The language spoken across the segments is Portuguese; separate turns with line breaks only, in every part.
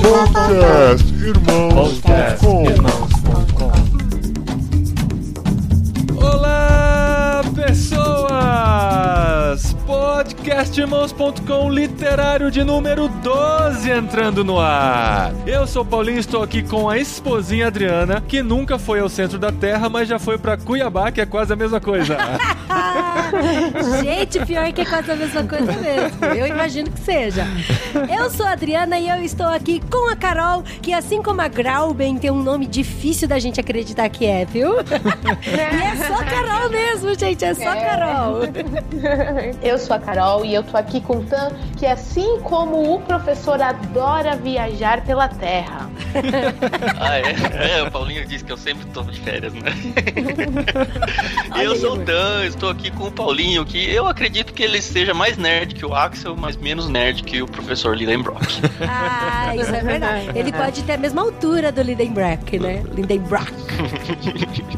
Podcast Irmãos.
Podcast
com.
Olá, pessoas! Podcastirmãos.com literário de número 12 entrando no ar. Eu sou o Paulinho e estou aqui com a esposinha Adriana, que nunca foi ao centro da Terra, mas já foi pra Cuiabá, que é quase a mesma coisa.
Gente, pior que é quase a mesma coisa mesmo. Eu imagino que seja. Eu sou a Adriana e eu estou aqui com a Carol, que assim como a Grauben tem um nome difícil da gente acreditar que é, viu? E é só Carol mesmo, gente, é só
É.
Carol.
Eu sou a Carol e eu tô aqui com o Tan, que assim como o professor adora viajar pela terra.
Ah, é? É, o Paulinho disse que eu sempre tô de férias, né? eu
aí,
sou o
mano.
Dan, estou aqui com o Paulinho, que eu acredito que ele seja mais nerd que o Axel, mas menos nerd que o professor Lidenbrock.
Ah, isso é verdade. Ele pode ter a mesma altura do Lindenbrack, né? Lindenbrack.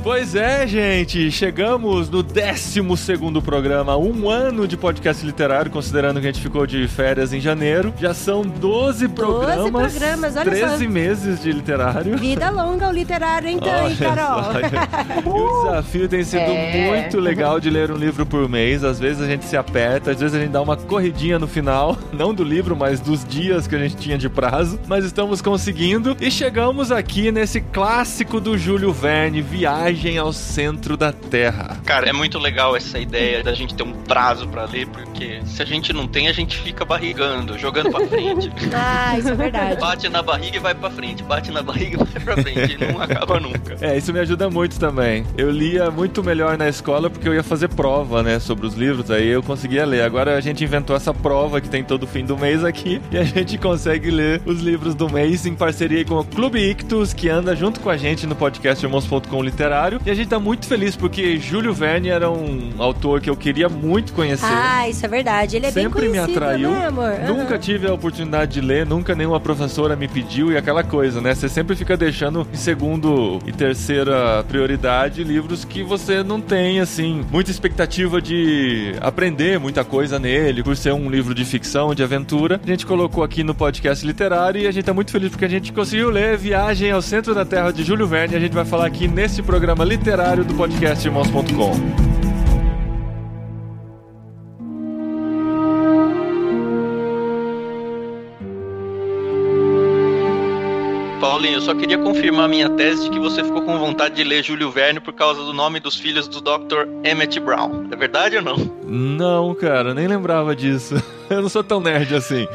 pois é, gente, chegamos no 12 segundo programa, um ano de podcast literário, considerando que a gente ficou de férias em janeiro. Já são 12 programas,
programas, olha só.
13 meses de literário.
Vida longa ao literário, então,
Olha
hein, Carol?
só. E o desafio tem sido
É.
muito legal de ler um livro por mês. Às vezes a gente se aperta, às vezes a gente dá uma corridinha no final, não do livro, mas dos dias que a gente tinha de prazo. Mas estamos conseguindo e chegamos aqui nesse clássico do Júlio Verne, Viagem ao Centro da Terra.
Cara, é muito legal essa ideia da gente ter um prazo pra ler, porque se a gente não tem, a gente fica barrigando, jogando pra frente.
Ah, isso é verdade.
Bate na barriga e vai pra frente, bate na barriga e vai pra frente, e não acaba nunca.
É, isso me ajuda muito também. Eu lia muito melhor na escola porque eu ia fazer prova, né, sobre os livros, aí eu conseguia ler. Agora a gente inventou essa prova que tem todo fim do mês aqui e a gente consegue ler os livros do mês em parceria com o Clube Ictus, que anda junto com a gente no podcast irmãos.com literário. E a gente tá muito feliz porque Júlio Verne era um autor que eu queria muito conhecer.
Ah, isso é verdade. Ele é
Sempre
bem
me
conhecido,
atraiu.
né, amor?
Nunca
Aham.
tive a oportunidade de ler, nunca nenhuma professora me pediu e aquela coisa, né? Você sempre fica deixando em segundo e terceira prioridade livros que você não tem, assim, muita expectativa de aprender muita coisa nele, por ser um livro de ficção, de aventura. A gente colocou aqui no podcast literário e a gente tá muito feliz porque a gente conseguiu ler Viagem ao Centro da Terra de Júlio Verne. A gente vai falar aqui nesse programa literário do podcast irmãos.com.
Paulinho, eu só queria confirmar a minha tese de que você ficou com vontade de ler Júlio Verne por causa do nome dos filhos do Dr. Emmett Brown. É verdade ou não?
Não, cara, nem lembrava disso. Eu não sou tão nerd assim.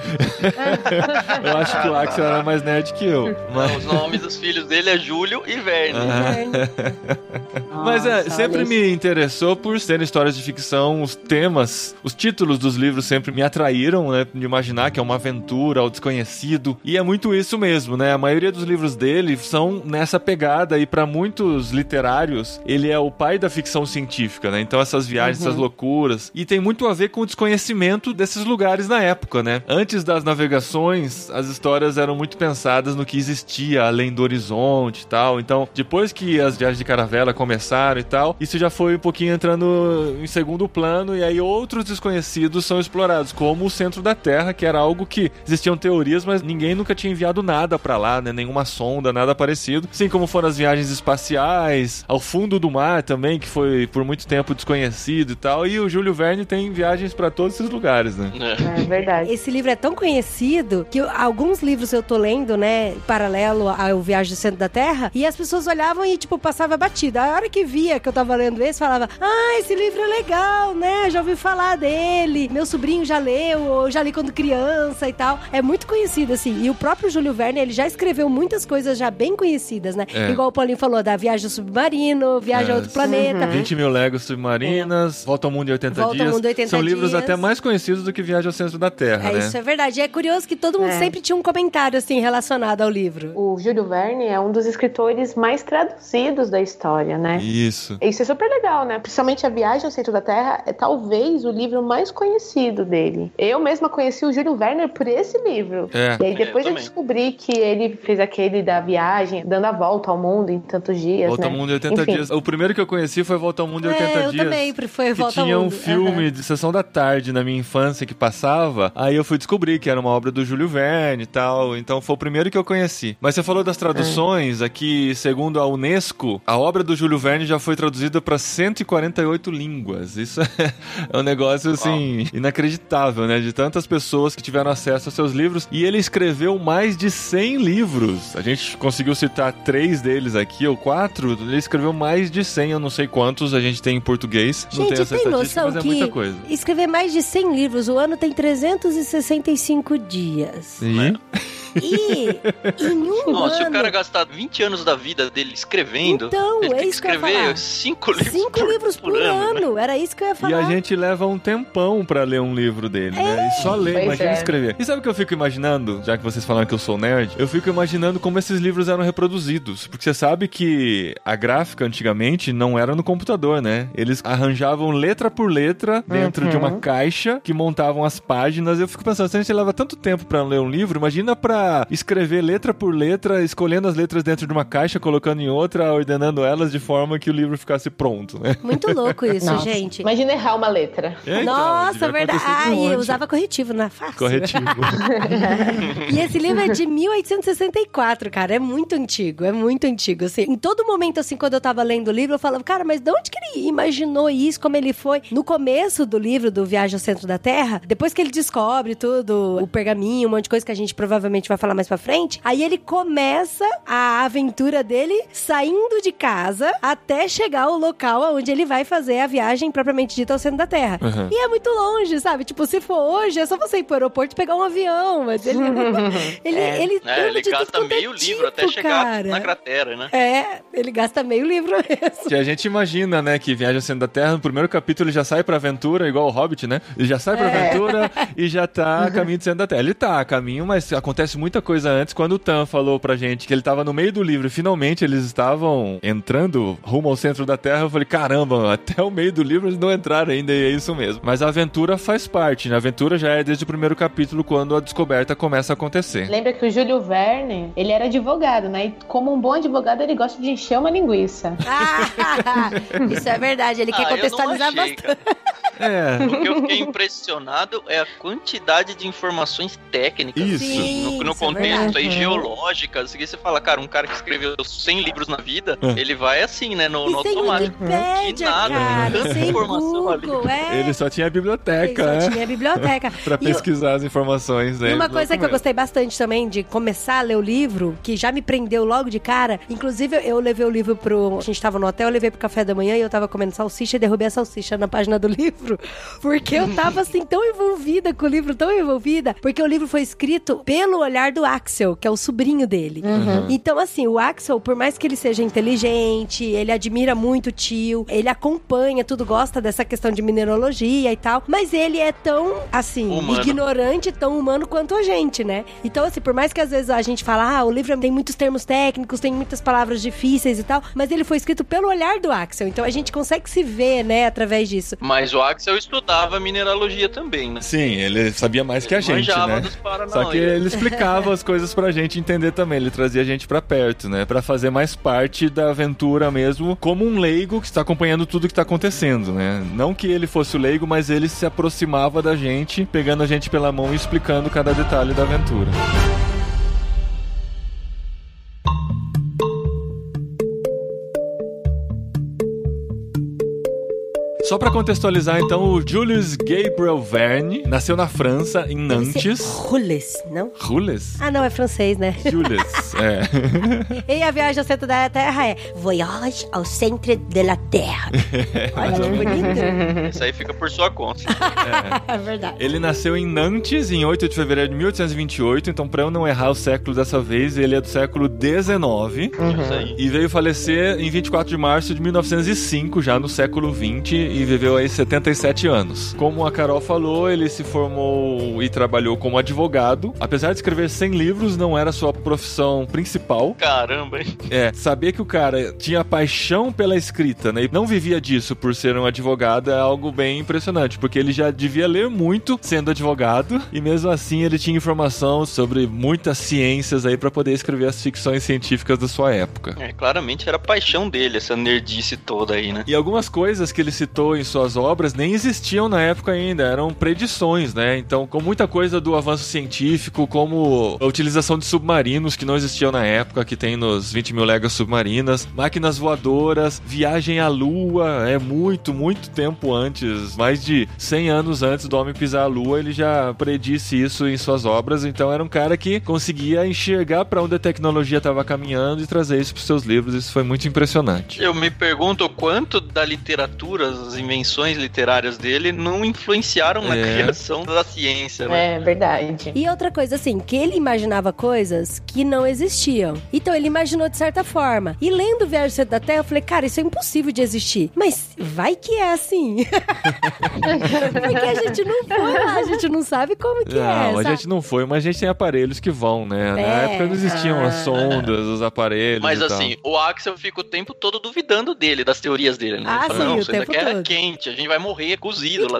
eu acho que o Axel era mais nerd que eu. Mas,
Os nomes dos filhos dele é Júlio e Verne.
Ah. É.
mas é, sempre me interessou por serem histórias de ficção, os temas, os títulos dos livros sempre me atraíram, né? De imaginar que é uma aventura, o desconhecido. E é muito isso mesmo, né? A maioria dos livros dele são nessa pegada, e pra muitos literários, ele é o pai da ficção científica, né? Então essas viagens, essas loucuras. E tem muito a ver com o desconhecimento desses lugares na época, né? Antes das navegações, as histórias eram muito pensadas no que existia além do horizonte e tal. Então, depois que as viagens de caravela começaram e tal, isso já foi um pouquinho entrando em segundo plano. E aí outros desconhecidos são explorados, como o centro da Terra, que era algo que existiam teorias, mas ninguém nunca tinha enviado nada pra lá, né? Nenhuma sonda, nada parecido. Assim como foram as viagens espaciais, ao fundo do mar também, que foi por muito tempo desconhecido e tal. E o Júlio Verne tem viagens pra todos esses lugares, né?
É.
É verdade.
Esse livro é tão conhecido que eu- alguns livros eu tô lendo, né, paralelo ao Viagem do Centro da Terra, e as pessoas olhavam e, tipo, passava batida. A hora que via que eu tava lendo esse, falava, ah, esse livro é legal, né, já ouvi falar dele, meu sobrinho já leu, ou já li quando criança e tal. É muito conhecido, assim. E o próprio Júlio Verne, ele já escreveu muitas coisas já bem conhecidas, né?
É.
Igual o Paulinho falou, da Viagem ao Submarino, Viagem
É,
a outro
sim.
planeta.
20 mil léguas submarinas, Volta ao Mundo em 80
Uhum. É. Volta ao
dias.
Mundo em 80
São livros
dias.
até mais conhecidos do que Viagem ao Centro da Terra,
É,
né?
isso é verdade. E é curioso que todo mundo
É.
sempre tinha um comentário, assim, relacionado ao livro.
O Júlio Verne é um dos escritores mais traduzidos da história, né?
Isso.
Isso é super legal, né? Principalmente A Viagem ao Centro da Terra é talvez o livro mais conhecido dele. Eu mesma conheci o Júlio Verne por esse livro.
É.
E aí depois
É, eu
eu,
também.
descobri que ele fez aquele da viagem, dando a volta ao mundo em tantos dias,
Volta
né?
ao Mundo em 80
Enfim.
dias. O primeiro que eu conheci foi Volta ao Mundo em
é,
80
eu
dias.
também, foi
Que
Volta ao
tinha um
Mundo.
filme de sessão da tarde na minha infância que passava, aí eu fui descobrir que era uma obra do Júlio Verne e tal, então foi o primeiro que eu conheci. Mas você falou das
É.
traduções, aqui, segundo a Unesco, a obra do Júlio Verne já foi traduzida para 148 línguas. Isso é é um negócio assim inacreditável, né? De tantas pessoas que tiveram acesso aos seus livros e ele escreveu mais de 100 livros. A gente conseguiu citar três deles aqui ou quatro. Ele escreveu mais de 100, eu não sei quantos a gente tem em português. não tenho
Gente,
essa
tem
estatística,
noção
mas é muita
que
coisa.
escrever mais de 100 livros, o ano tem 365 dias.
E
E em um
Nossa, se o
ano,
cara gastar 20 anos da vida dele escrevendo,
Então,
ele
é
tem que
isso que eu ia falar.
escrever 5 livros,
cinco
por, né?
livros por, ano. Era isso que eu ia
E a
falar.
gente leva um tempão pra ler um livro dele, né? E só ler,
Pois
imagina
é.
escrever. E sabe o que eu fico imaginando? Já que vocês falaram que eu sou nerd, eu fico imaginando como esses livros eram reproduzidos. Porque você sabe que a gráfica antigamente não era no computador, né? Eles arranjavam letra por letra dentro de uma caixa que montavam as páginas. Eu fico pensando, se a gente leva tanto tempo pra ler um livro, imagina pra escrever letra por letra, escolhendo as letras dentro de uma caixa, colocando em outra, ordenando elas de forma que o livro ficasse pronto, né?
Muito louco isso,
Nossa.
gente.
Imagina errar uma letra.
É, então,
Nossa,
devia
verdade.
acontecer de
Ai, eu
monte.
usava assim, corretivo na face.
Corretivo.
E esse livro é de 1864, cara. É muito antigo, é muito antigo. Assim, em todo momento, assim, quando eu tava lendo o livro, eu falava, cara, mas de onde que ele imaginou isso? Como ele foi? No começo do livro do Viagem ao Centro da Terra, depois que ele descobre tudo, o pergaminho, um monte de coisa que a gente provavelmente vai falar mais pra frente, aí ele começa a aventura dele saindo de casa até chegar ao local onde ele vai fazer a viagem propriamente dita ao centro da Terra.
Uhum.
E é muito longe, sabe? Tipo, se for hoje, é só você ir pro aeroporto e pegar um avião. Mas ele. ele, ele,
É,
anda
ele
de tudo
gasta
quanto é
meio livro até
tipo,
chegar
cara.
na cratera, né?
É, ele gasta meio livro mesmo.
Que a gente imagina, né, que Viagem ao Centro da Terra, no primeiro capítulo ele já sai pra aventura, igual o Hobbit, né? Ele já sai pra
É.
aventura e já tá
Uhum.
a caminho do Centro da Terra. Ele tá a caminho, mas acontece muita coisa antes. Quando o Tan falou pra gente que ele tava no meio do livro e finalmente eles estavam entrando rumo ao centro da Terra, eu falei, caramba, até o meio do livro eles não entraram ainda e é isso mesmo. Mas a aventura faz parte, né? A aventura já é desde o primeiro capítulo quando a descoberta começa a acontecer.
Lembra que o Júlio Verne, ele era advogado, né? E como um bom advogado, ele gosta de encher uma linguiça.
Ah, isso é verdade, ele
Ah,
quer
eu não
contextualizar
achei,
bastante.
cara.
É,
O que eu fiquei impressionado é a quantidade de informações técnicas
Isso.
assim,
Sim,
no, no
isso é
contexto
verdade.
aí, geológicas. E você fala, cara, um cara que escreveu 100 livros na vida,
É.
ele vai assim, né, no, no
E sem
automático.
Wikipédia,
De nada,
cara,
tanta
sem
informação ali.
Google, é.
ele só tinha a biblioteca,
Ele
né?
só tinha a biblioteca.
Pra
E o-
pesquisar as informações, né?
E uma coisa que eu
Exatamente.
gostei bastante também de começar a ler o livro, que já me prendeu logo de cara. Inclusive, eu levei o livro pro. A gente tava no hotel, eu levei pro café da manhã e eu tava comendo salsicha e derrubei a salsicha na página do livro. Porque eu tava assim, tão envolvida com o livro, tão envolvida. Porque o livro foi escrito pelo olhar do Axel, que é o sobrinho dele. Então, assim, o Axel, por mais que ele seja inteligente, ele admira muito o tio, ele acompanha tudo, gosta dessa questão de mineralogia e tal. Mas ele é tão, assim,
Humano.
ignorante ignorante tão humano quanto a gente, né? Então, assim, por mais que às vezes a gente fala, ah, o livro tem muitos termos técnicos, tem muitas palavras difíceis e tal, mas ele foi escrito pelo olhar do Axel, então a gente consegue se ver, né, através disso.
Mas o Axel estudava mineralogia também, né?
Sim, ele sabia mais que a
Ele
gente,
manjava
né?
dos Paranauê.
Só que ele explicava as coisas pra gente entender também, ele trazia a gente pra perto, né? Pra fazer mais parte da aventura mesmo, como um leigo que está acompanhando tudo que tá acontecendo, né? Não que ele fosse o leigo, mas ele se aproximava da gente, pegando a gente pela mão e explicando cada detalhe da aventura. Só pra contextualizar, então, o Julius Gabriel Verne nasceu na França, em Nantes.
Rules, não?
Rules?
Ah, não, é francês, né?
Julius, é.
E a viagem ao centro da Terra é Voyage ao centro de la Terra. Olha que
Uhum.
bonito.
Isso aí fica por sua conta.
É verdade.
Ele nasceu em Nantes em 8 de fevereiro de 1828, então pra eu não errar o século dessa vez, ele é do século 19
Uhum.
Isso aí.
e veio falecer em 24 de março de 1905, já no século 20 e viveu aí 77 anos. Como a Carol falou, ele se formou e trabalhou como advogado. Apesar de escrever 100 livros, não era sua profissão principal.
Caramba, hein?
É, saber que o cara tinha paixão pela escrita, né? E não vivia disso por ser um advogado é algo bem impressionante, porque ele já devia ler muito sendo advogado, e mesmo assim ele tinha informação sobre muitas ciências aí pra poder escrever as ficções científicas da sua época.
É, claramente era a paixão dele, essa nerdice toda aí, né?
E algumas coisas que ele citou usou em suas obras nem existiam na época ainda, eram predições, né? Então, com muita coisa do avanço científico, como a utilização de submarinos que não existiam na época, que tem nos 20 mil léguas submarinas, máquinas voadoras, viagem à lua, é muito, muito tempo antes, mais de 100 anos antes do homem pisar a lua, ele já predisse isso em suas obras, então era um cara que conseguia enxergar para onde a tecnologia estava caminhando e trazer isso para seus livros, isso foi muito impressionante.
Eu me pergunto quanto da literatura, as invenções literárias dele, não influenciaram na
É.
criação da ciência, né?
É verdade.
E outra coisa, assim, que ele imaginava coisas que não existiam. Então ele imaginou de certa forma. E lendo Viagem ao Centro da Terra, eu falei, cara, isso é impossível de existir. Mas vai que é assim. Porque a gente não foi lá, a gente não sabe como que é.
Não, a
sabe?
gente não foi, mas a gente tem aparelhos que vão, né? Na
É.
época não existiam as
Ah.
sondas, os aparelhos.
Mas
e tal.
assim, o Axel fica o tempo todo duvidando dele, das teorias dele, né?
Ah,
Ele
sim,
não,
o
isso daqui
tempo
é
todo.
quente, a gente vai morrer cozido tá lá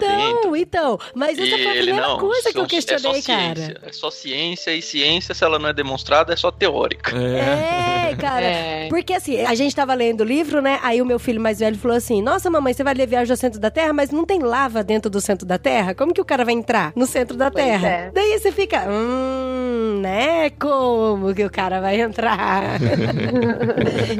Então,
dentro.
então. Mas essa foi a
ele,
primeira
não,
coisa que
são-
eu questionei,
é só
cara.
Ciência, é só ciência, e ciência, se ela não é demonstrada, é só teórica.
É.
É, cara.
É.
Porque assim, a gente tava lendo o livro, né? Aí o meu filho mais velho falou assim: Nossa, mamãe, você vai ler Viagem ao Centro da Terra, mas não tem lava dentro do centro da Terra? Como que o cara vai entrar no centro da
Pois
Terra?
é.
Daí você fica, hum, né? Como que o cara vai entrar?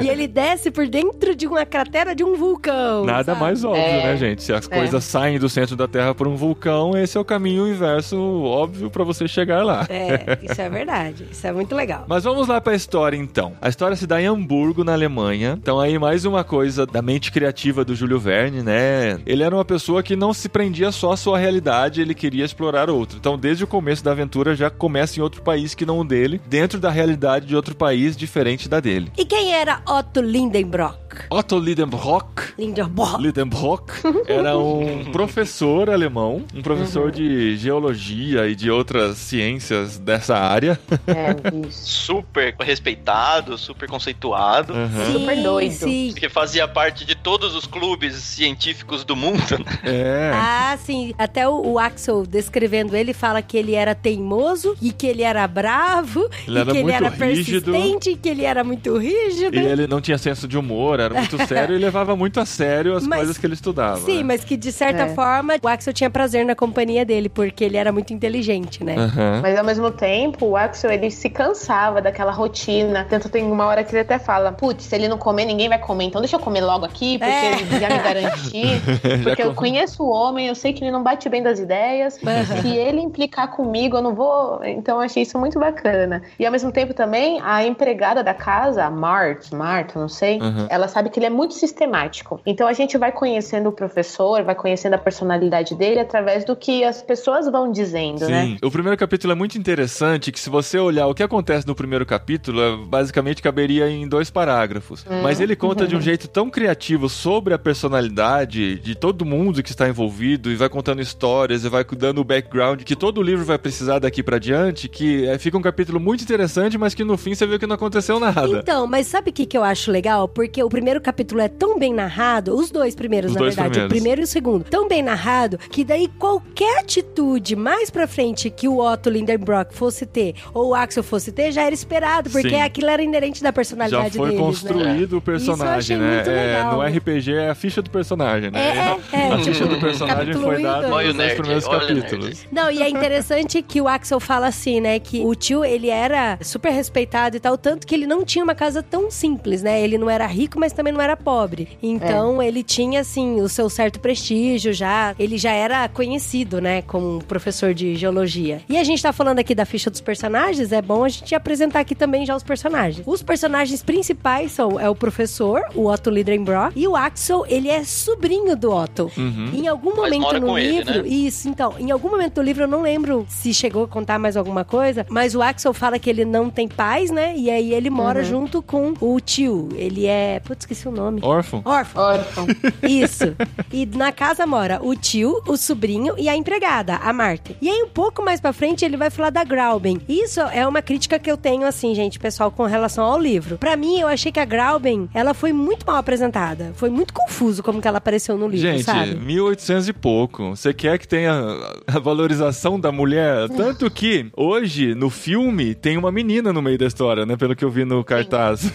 e ele desce por dentro de uma cratera de um vulcão.
Nada
sabe?
mais óbvio,
É.
né, gente? Se as coisas saem do centro da Terra por um vulcão, esse é o caminho inverso óbvio pra você chegar lá.
É, isso é verdade. Isso é muito legal.
Mas vamos lá pra história então. A história se dá em Hamburgo, na Alemanha. Então aí mais uma coisa da mente criativa do Júlio Verne, né? Ele era uma pessoa que não se prendia só à sua realidade, ele queria explorar outra. Então desde o começo da aventura já começa em outro país que não o dele, dentro da realidade de outro país diferente da dele.
E quem era Otto Lindenbrock?
Otto Lidenbrock
Lindenbrock.
Lidenbrock era um professor alemão, um
Uhum.
professor de geologia e de outras ciências dessa área.
É, bicho.
Super respeitado, super conceituado.
Aham.
Super doido.
Sim.
Que fazia parte de todos os clubes científicos do mundo. né?
É.
Ah, sim. Até o, o Axel descrevendo ele fala que ele era teimoso e que ele era bravo
Ele
e
era
que ele
muito
era
rígido.
persistente e que ele era muito rígido.
E ele não tinha senso de humor, era muito sério e levava muito a sério as
Mas-
coisas que ele estudava.
Sim,
né?
mas que de certa
É.
forma o Axel tinha prazer na companhia dele, porque ele era muito inteligente, né?
Aham.
Mas ao mesmo tempo, o Axel ele se cansava daquela rotina. Tanto tem uma hora que ele até fala: Putz, se ele não comer, ninguém vai comer. Então deixa eu comer logo aqui, porque
É.
ele já me garanti.
Já
Porque eu
com-
conheço o homem, eu sei que ele não bate bem das ideias. Se ele implicar comigo, eu não vou. Então eu achei isso muito bacana. E ao mesmo tempo também, a empregada da casa, a Mart, Marta, não sei,
Uhum.
ela sabe que ele é muito sistemático. Então a gente vai conhecendo o professor, vai conhecendo a personalidade dele através do que as pessoas vão dizendo, né?
Sim. O primeiro capítulo é muito interessante, que se você olhar o que acontece no primeiro capítulo, é- basicamente caberia em dois parágrafos. Mas ele conta de um jeito tão criativo sobre a personalidade de todo mundo que está envolvido e vai contando histórias e vai dando o background que todo livro vai precisar daqui pra diante, que é, fica um capítulo muito interessante, mas que no fim você vê que não aconteceu nada.
Então, mas sabe o que, que eu acho legal? Porque o primeiro capítulo é tão bem narrado, os dois primeiros,
Os
na
dois
verdade,
primeiros.
o primeiro e o segundo, tão bem narrado que daí qualquer atitude mais pra frente que o Otto Lindenbrock fosse ter ou o Axel fosse ter já era esperado, porque
Sim.
aquilo era inerente da
Já
personalidade
foi
deles, né?
construído o personagem,
achei
né?
muito
É,
legal.
no RPG é a ficha do personagem, né?
É, é, é.
a ficha do personagem
Capítulo um
foi
e
dada
dois.
Olha
nos dois
o nerd,
primeiros
olha o nerd.
capítulos.
Não, e é interessante que o Axel fala assim, né? Que o tio, ele era super respeitado e tal, tanto que ele não tinha uma casa tão simples, né? Ele não era rico, mas também não era pobre. Então, ele tinha, assim, o seu certo prestígio já. Ele já era conhecido, né? Como um professor de geologia. E a gente tá falando aqui da ficha dos personagens, é bom a gente apresentar aqui também já os personagens. Os personagens principais são é o professor, o Otto Lidenbrock, e o Axel, ele é sobrinho do Otto. Em algum momento
Uhum. mora
no
com ele,
livro,
né?
isso, então, em algum momento do livro, eu não lembro se chegou a contar mais alguma coisa, mas o Axel fala que ele não tem pais, né? E aí ele mora junto com o tio. Ele é. Putz, esqueci o nome.
Órfão?
Órfão.
Órfão.
Isso. E na casa mora o tio, o sobrinho e a empregada, a Marta. E aí, um pouco mais pra frente, ele vai falar da Grauben. Isso é uma crítica que eu tenho, assim, gente, pessoal, com relação ao livro. Pra mim, eu achei que a Grauben, ela foi muito mal apresentada. Foi muito confuso como que ela apareceu no livro,
Gente,
sabe?
1800 e pouco. Você quer que tenha a valorização da
Ah.
mulher? Tanto que hoje, no filme, tem uma menina no meio da história, né? Pelo que eu vi no cartaz.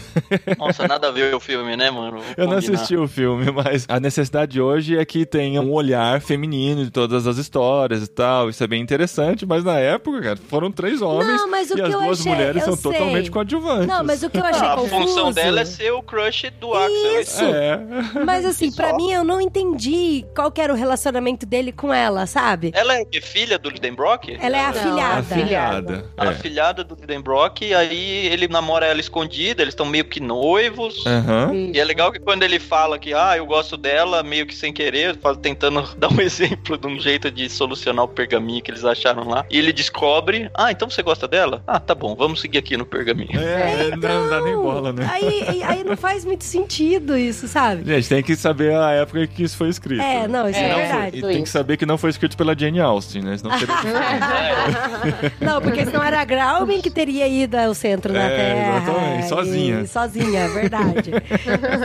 Nossa, nada a ver o filme, né, mano? Vou
Eu não
combinar.
assisti o filme, mas a necessidade de hoje é que tenha um olhar feminino de todas as histórias e tal. Isso é bem interessante, mas na época, cara, foram três homens
Não, mas o
e
que
as
eu
duas
achei-
mulheres
eu
são
sei.
totalmente coadjuvantes.
Não, mas o que eu achei
Ah, a
confuso...
função dela é ser o crush do Axel.
Isso.
É.
Mas assim,
Só.
pra mim eu não entendi qual que era o relacionamento dele com ela, sabe?
Ela é o quê? filha do Lidenbrock?
Ela é
Não,
afilhada.
Afilhada.
A filhada do Lidenbrock, e aí ele namora ela escondida, eles estão meio que noivos.
É. Aham.
E é legal que quando ele fala que, ah, eu gosto dela, meio que sem querer, fala- tentando dar um exemplo de um jeito de solucionar o pergaminho que eles acharam lá. E ele descobre, ah, então você gosta dela? Ah, tá bom, vamos seguir aqui no pergaminho.
É, não, não dá nem bola, né?
Aí, aí não faz muito sentido isso, sabe?
Gente, tem que saber a época que isso foi escrito.
É, não, isso é,
É,
Não foi-
verdade.
e
isso.
tem que saber que não foi escrito pela Jane Austen, né? Senão seria
Não, porque senão era a Graubin que teria ido ao centro da
É,
Terra.
exatamente,
e-
sozinha.
sozinha, é verdade.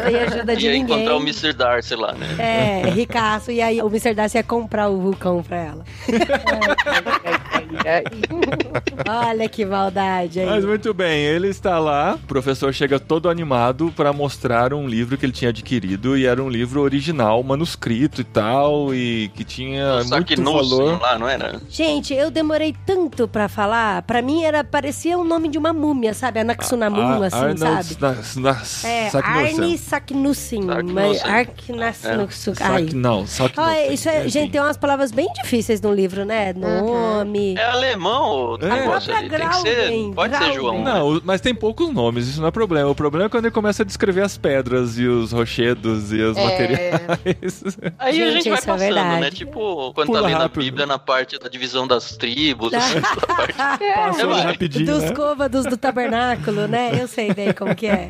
Sem ajuda de
Ia
ninguém.
encontrar o Mr. Darcy lá, né?
É, ricaço. E aí o Mr. Darcy ia comprar o vulcão pra ela. Olha que maldade aí.
Mas muito bem, ele está lá, o professor chega todo animado para mostrar um livro que ele tinha adquirido e era um livro original, manuscrito e tal, e que tinha
Só que
É, muito
no
valor.
lá, não era?
Gente, eu demorei tanto pra falar. Pra mim era parecia o nome de uma múmia, sabe? Anaxunamun,
A-
assim,
Arnold
sabe?
Sna- Sna-
É,
Saknussemm.
Arne Saknussin.
Saknussemm.
Arknasnuxuk. Ai.
Sak- Não,
Ah,
Saknussemm.
isso é, gente, tem umas palavras bem difíceis no livro, né? Nome.
É alemão o
É.
negócio
A própria
ali. Tem que ser,
Grauben,
pode ser
Grauben.
João. né?
Não, mas tem poucos nomes, isso não é problema. O problema é quando ele começa a descrever as pedras e os rochedos e os materiais.
Aí a
Gente,
gente vai
isso é
passando, né?
verdade.
Tipo, quando
Pula
tá lendo
rápido.
a Bíblia na parte da divisão das tribos, assim, essa parte.
Passou
vai.
rapidinho,
Ah, Dos
né?
côvados do tabernáculo, né? Eu sei bem como que é.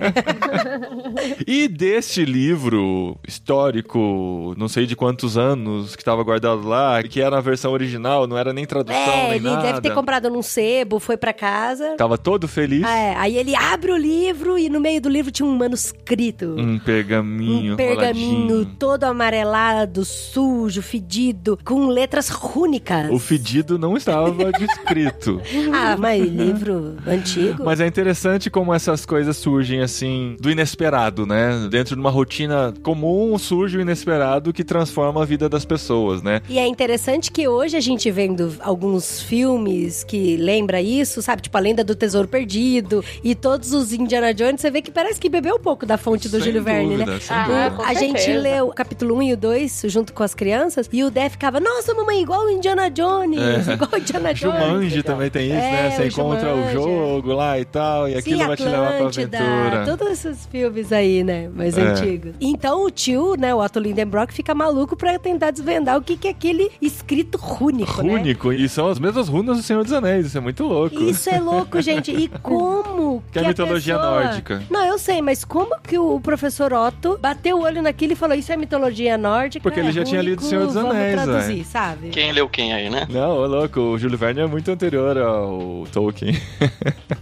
E deste livro histórico, não sei de quantos anos, que estava guardado lá, que era a versão original, não era nem tradução,
É,
nem
ele
nada. Tá
deve ter comprado num sebo, foi pra casa.
Tava todo feliz.
Ah, é, aí ele abre o livro e no meio do livro tinha um manuscrito.
Um pergaminho
um pergaminho
roladinho.
todo amarelado, sujo, fedido, com letras rúnicas.
O fedido não estava descrito.
Ah, mas livro antigo.
Mas é interessante como essas coisas surgem assim do inesperado, né? Dentro de uma rotina comum surge o inesperado que transforma a vida das pessoas, né?
E é interessante que hoje a gente vendo alguns filmes que lembra isso, sabe? Tipo, a lenda do Tesouro Perdido e todos os Indiana Jones, você vê que parece que bebeu um pouco da fonte do
Sem
Júlio Verne, né?
dúvida, sem
Ah,
dúvida.
com
a gente
certeza.
leu o capítulo 1 e o 2 junto com as crianças e o Dé ficava, nossa, mamãe, igual o Indiana Jones, igual o Indiana Jones.
É. Jumanji também tem isso,
É,
né? Você
o
encontra o
Jumanji.
jogo lá e tal, e aquilo
Sim,
vai te levar pra
Atlântida,
aventura.
todos esses filmes aí, né? Mais
É.
antigos. Então o tio, né, o Otto Lindenbrock, fica maluco pra tentar desvendar o que, que é aquele escrito rúnico, né?
Rúnico, e são as mesmas runas do Senhor dos Anéis, isso é muito louco.
Isso é louco, gente. E como
Que é a mitologia
pessoa-
nórdica.
Não, eu sei, mas como que o professor Otto bateu o olho naquilo e falou isso é mitologia nórdica?
Porque ele
é
já tinha lido
rúnico,
Senhor dos Anéis, é.
Vamos traduzir,
velho.
sabe?
Quem leu quem aí, né?
Não, ô louco, o Júlio Verne é muito anterior ao Tolkien.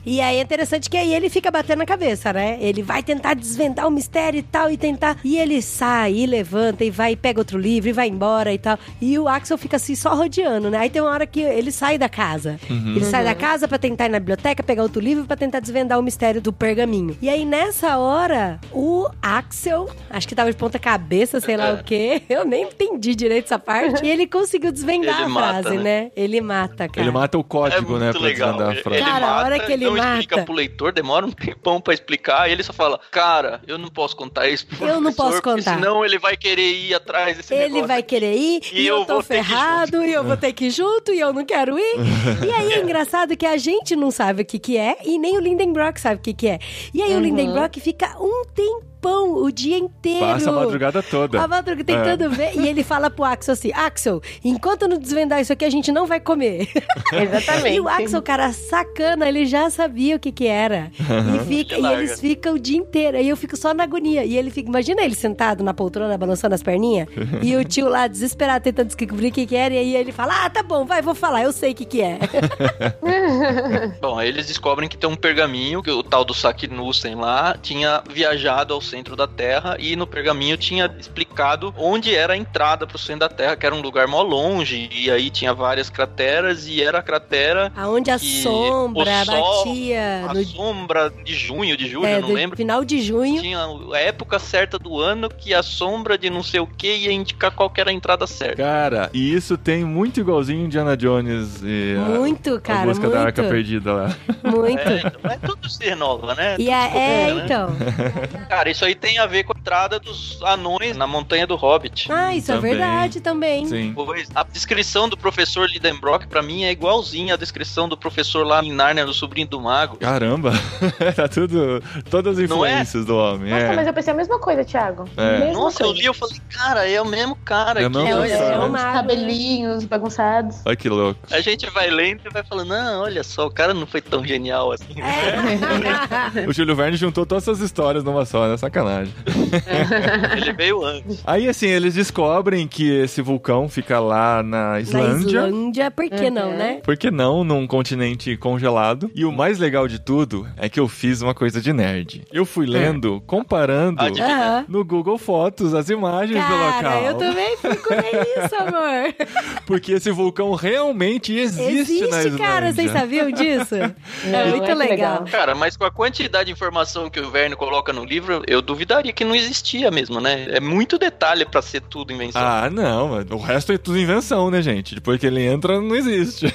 E aí é interessante que aí ele fica batendo na cabeça, né? Ele vai tentar desvendar o mistério e tal, e tentar. E ele sai, e levanta, e vai, e pega outro livro, e vai embora e tal. E o Axel fica assim só rodeando, né? Aí tem uma hora que ele sai da casa.
Uhum.
Ele sai da casa pra tentar ir na biblioteca, pegar outro livro, pra tentar desvendar o mistério do pergaminho. E aí nessa hora, o Axel, acho que tava de ponta-cabeça, sei lá o quê. Eu nem entendi direito essa parte. E ele conseguiu desvendar
Ele
a
mata,
frase,
né?
né? Ele mata, cara.
Ele mata o código,
é
né,
muito
pra
legal.
desvendar a
Ele-
frase.
Ele
Cara, a
mata,
hora que ele
não
mata-
explica pro leitor, demora um tempão pra explicar, e ele só fala, cara, eu não posso contar isso pro
Eu não
professor,
posso
porque
contar."
Senão ele vai querer ir atrás desse
Ele
negócio.
vai querer ir, e,
E
eu,
eu
tô
vou ter que ir
ferrado, e eu vou ter que ir junto, e eu não quero ir. E aí é engraçado que a gente não sabe o que que é, e nem o Lindenbrock sabe o que que é. E aí o Lindenbrock fica um tempão, o dia inteiro.
Passa a madrugada toda.
A madrugada tentando ver, e ele fala pro Axel assim, Axel, enquanto não desvendar isso aqui, a gente não vai comer.
Exatamente.
E o Axel, cara, sacana, ele já sabia o que que era. E, fica, e
Larga.
eles ficam o dia inteiro. E eu fico só na agonia. E ele fica, imagina ele sentado na poltrona, balançando as perninhas. e o tio lá, desesperado, tentando descobrir o que que era. E aí ele fala, ah, tá bom, vai, vou falar, eu sei o que que é.
Bom, aí eles descobrem que tem um pergaminho que o tal do Saknussem lá tinha viajado ao centro da Terra e no pergaminho tinha explicado onde era a entrada pro centro da Terra, que era um lugar mó longe e aí tinha várias crateras e era a cratera
Aonde a
que
sombra
o sol-
batia
a
É, no
sombra de junho, de julho,
é,
eu não
do
lembro.
final de junho.
Tinha a época certa do ano que a sombra de não sei o que ia indicar qual que era a entrada certa.
Cara, e isso tem muito igualzinho Indiana Jones e a-
Muito,
a,
cara,
busca da arca
muito.
perdida lá.
Muito.
É, então, é tudo se renova, né?
E a- é,
né?
então.
Cara, isso aí tem a ver com a entrada dos anões na montanha do Hobbit.
Ah, isso
Também.
é verdade também.
Sim.
Pois, a descrição do professor Lidenbrock, pra mim, é igualzinha à descrição do professor lá em Narnia, do Sobrinho do Mago.
Caramba, tá tudo. Todas as
Não é?
influências do homem.
Nossa,
é.
mas eu pensei a mesma coisa, Thiago.
É.
Mesma
Nossa, eu
coisa.
li eu falei, cara, é o mesmo cara
É o
aqui.
mesmo
É,
Nossa,
é,
cara.
é
Os
uma
cabelinhos bagunçados.
Olha que louco.
A gente vai lendo e vai falando, não, olha só, o cara não foi tão genial assim.
É.
O Júlio Verne juntou todas essas histórias numa só, né? Sacanagem.
Ele veio antes.
Aí, assim, eles descobrem que esse vulcão fica lá na
Na
Islândia.
Islândia, por que não,
Uhum.
né?
Por que não num continente congelado? E o mais legal de tudo é que eu fiz uma coisa de nerd. Eu fui
É.
lendo, comparando
Ah, de-
Aham.
no Google Fotos as imagens
Cara,
do
eu
local.
também fico com isso, amor.
Porque esse vulcão realmente existe, na
Existe,
Islândia.
cara, vocês sabiam disso? É
Não,
muito
é que
legal.
legal.
Cara, mas com a quantidade de informação que o Verne coloca no livro, eu duvidaria que não existia mesmo, né? É muito detalhe pra ser tudo invenção.
Ah, não, mano. o resto é tudo invenção, né, gente? Depois que ele entra, não existe.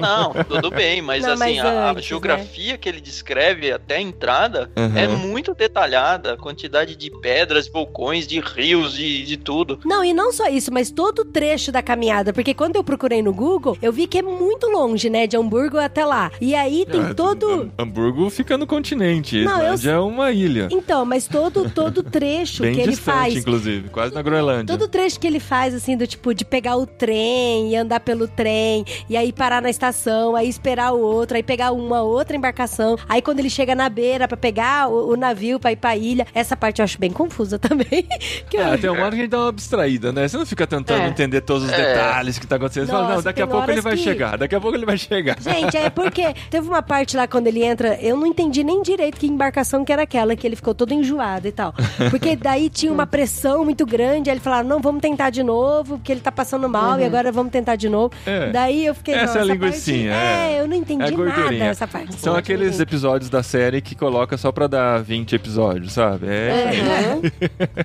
Não, tudo bem, mas
É. Não,
assim,
mas
a, a
antes, né?
geografia que ele descreve até a entrada
Uhum.
é muito detalhada. A quantidade de pedras, vulcões, de rios, de, de tudo.
Não, e não só isso, mas todo o trecho da caminhada, porque quando eu procurei no Google, eu vi que é muito longe, né, de Hamburgo até lá. E aí tem
Ah,
todo.
Ham- Hamburgo fica no continente.
Não, eu-
Islândia é uma ilha.
Então, mas todo todo o trecho
Bem
que ele
distante,
faz.
inclusive. Quase na Groenlândia.
Todo o trecho que ele faz, assim, do tipo, de pegar o trem e andar pelo trem, e aí parar na estação, aí esperar o outro, aí pegar uma outra embarcação, aí quando ele chega na beira pra pegar o, o navio pra ir pra ilha, essa parte eu acho bem confusa também. que eu-
Ah, tem uma hora que a gente dá uma abstraída, né? Você não fica tentando
É.
entender todos os
É.
detalhes que tá acontecendo. Você fala,
Nossa,
não, daqui a
tem
pouco ele
horas
vai
que-
chegar, daqui a pouco ele vai chegar.
Gente, é porque teve uma parte lá quando ele entra, eu não entendi nem direito que embarcação que era aquela, que ele ficou todo enjoado e tal. Porque daí tinha uma pressão muito grande, aí ele falava, não, vamos tentar de novo, porque ele tá passando mal e agora vamos tentar de novo.
É.
Daí eu fiquei,
Essa é a
"Nossa,
linguicinha,
parte-
é.
É, eu não entendi
É
nada
gordurinha.
essa parte.
São aqueles episódios da série que coloca só pra dar 20 episódios, sabe? É.
Aham.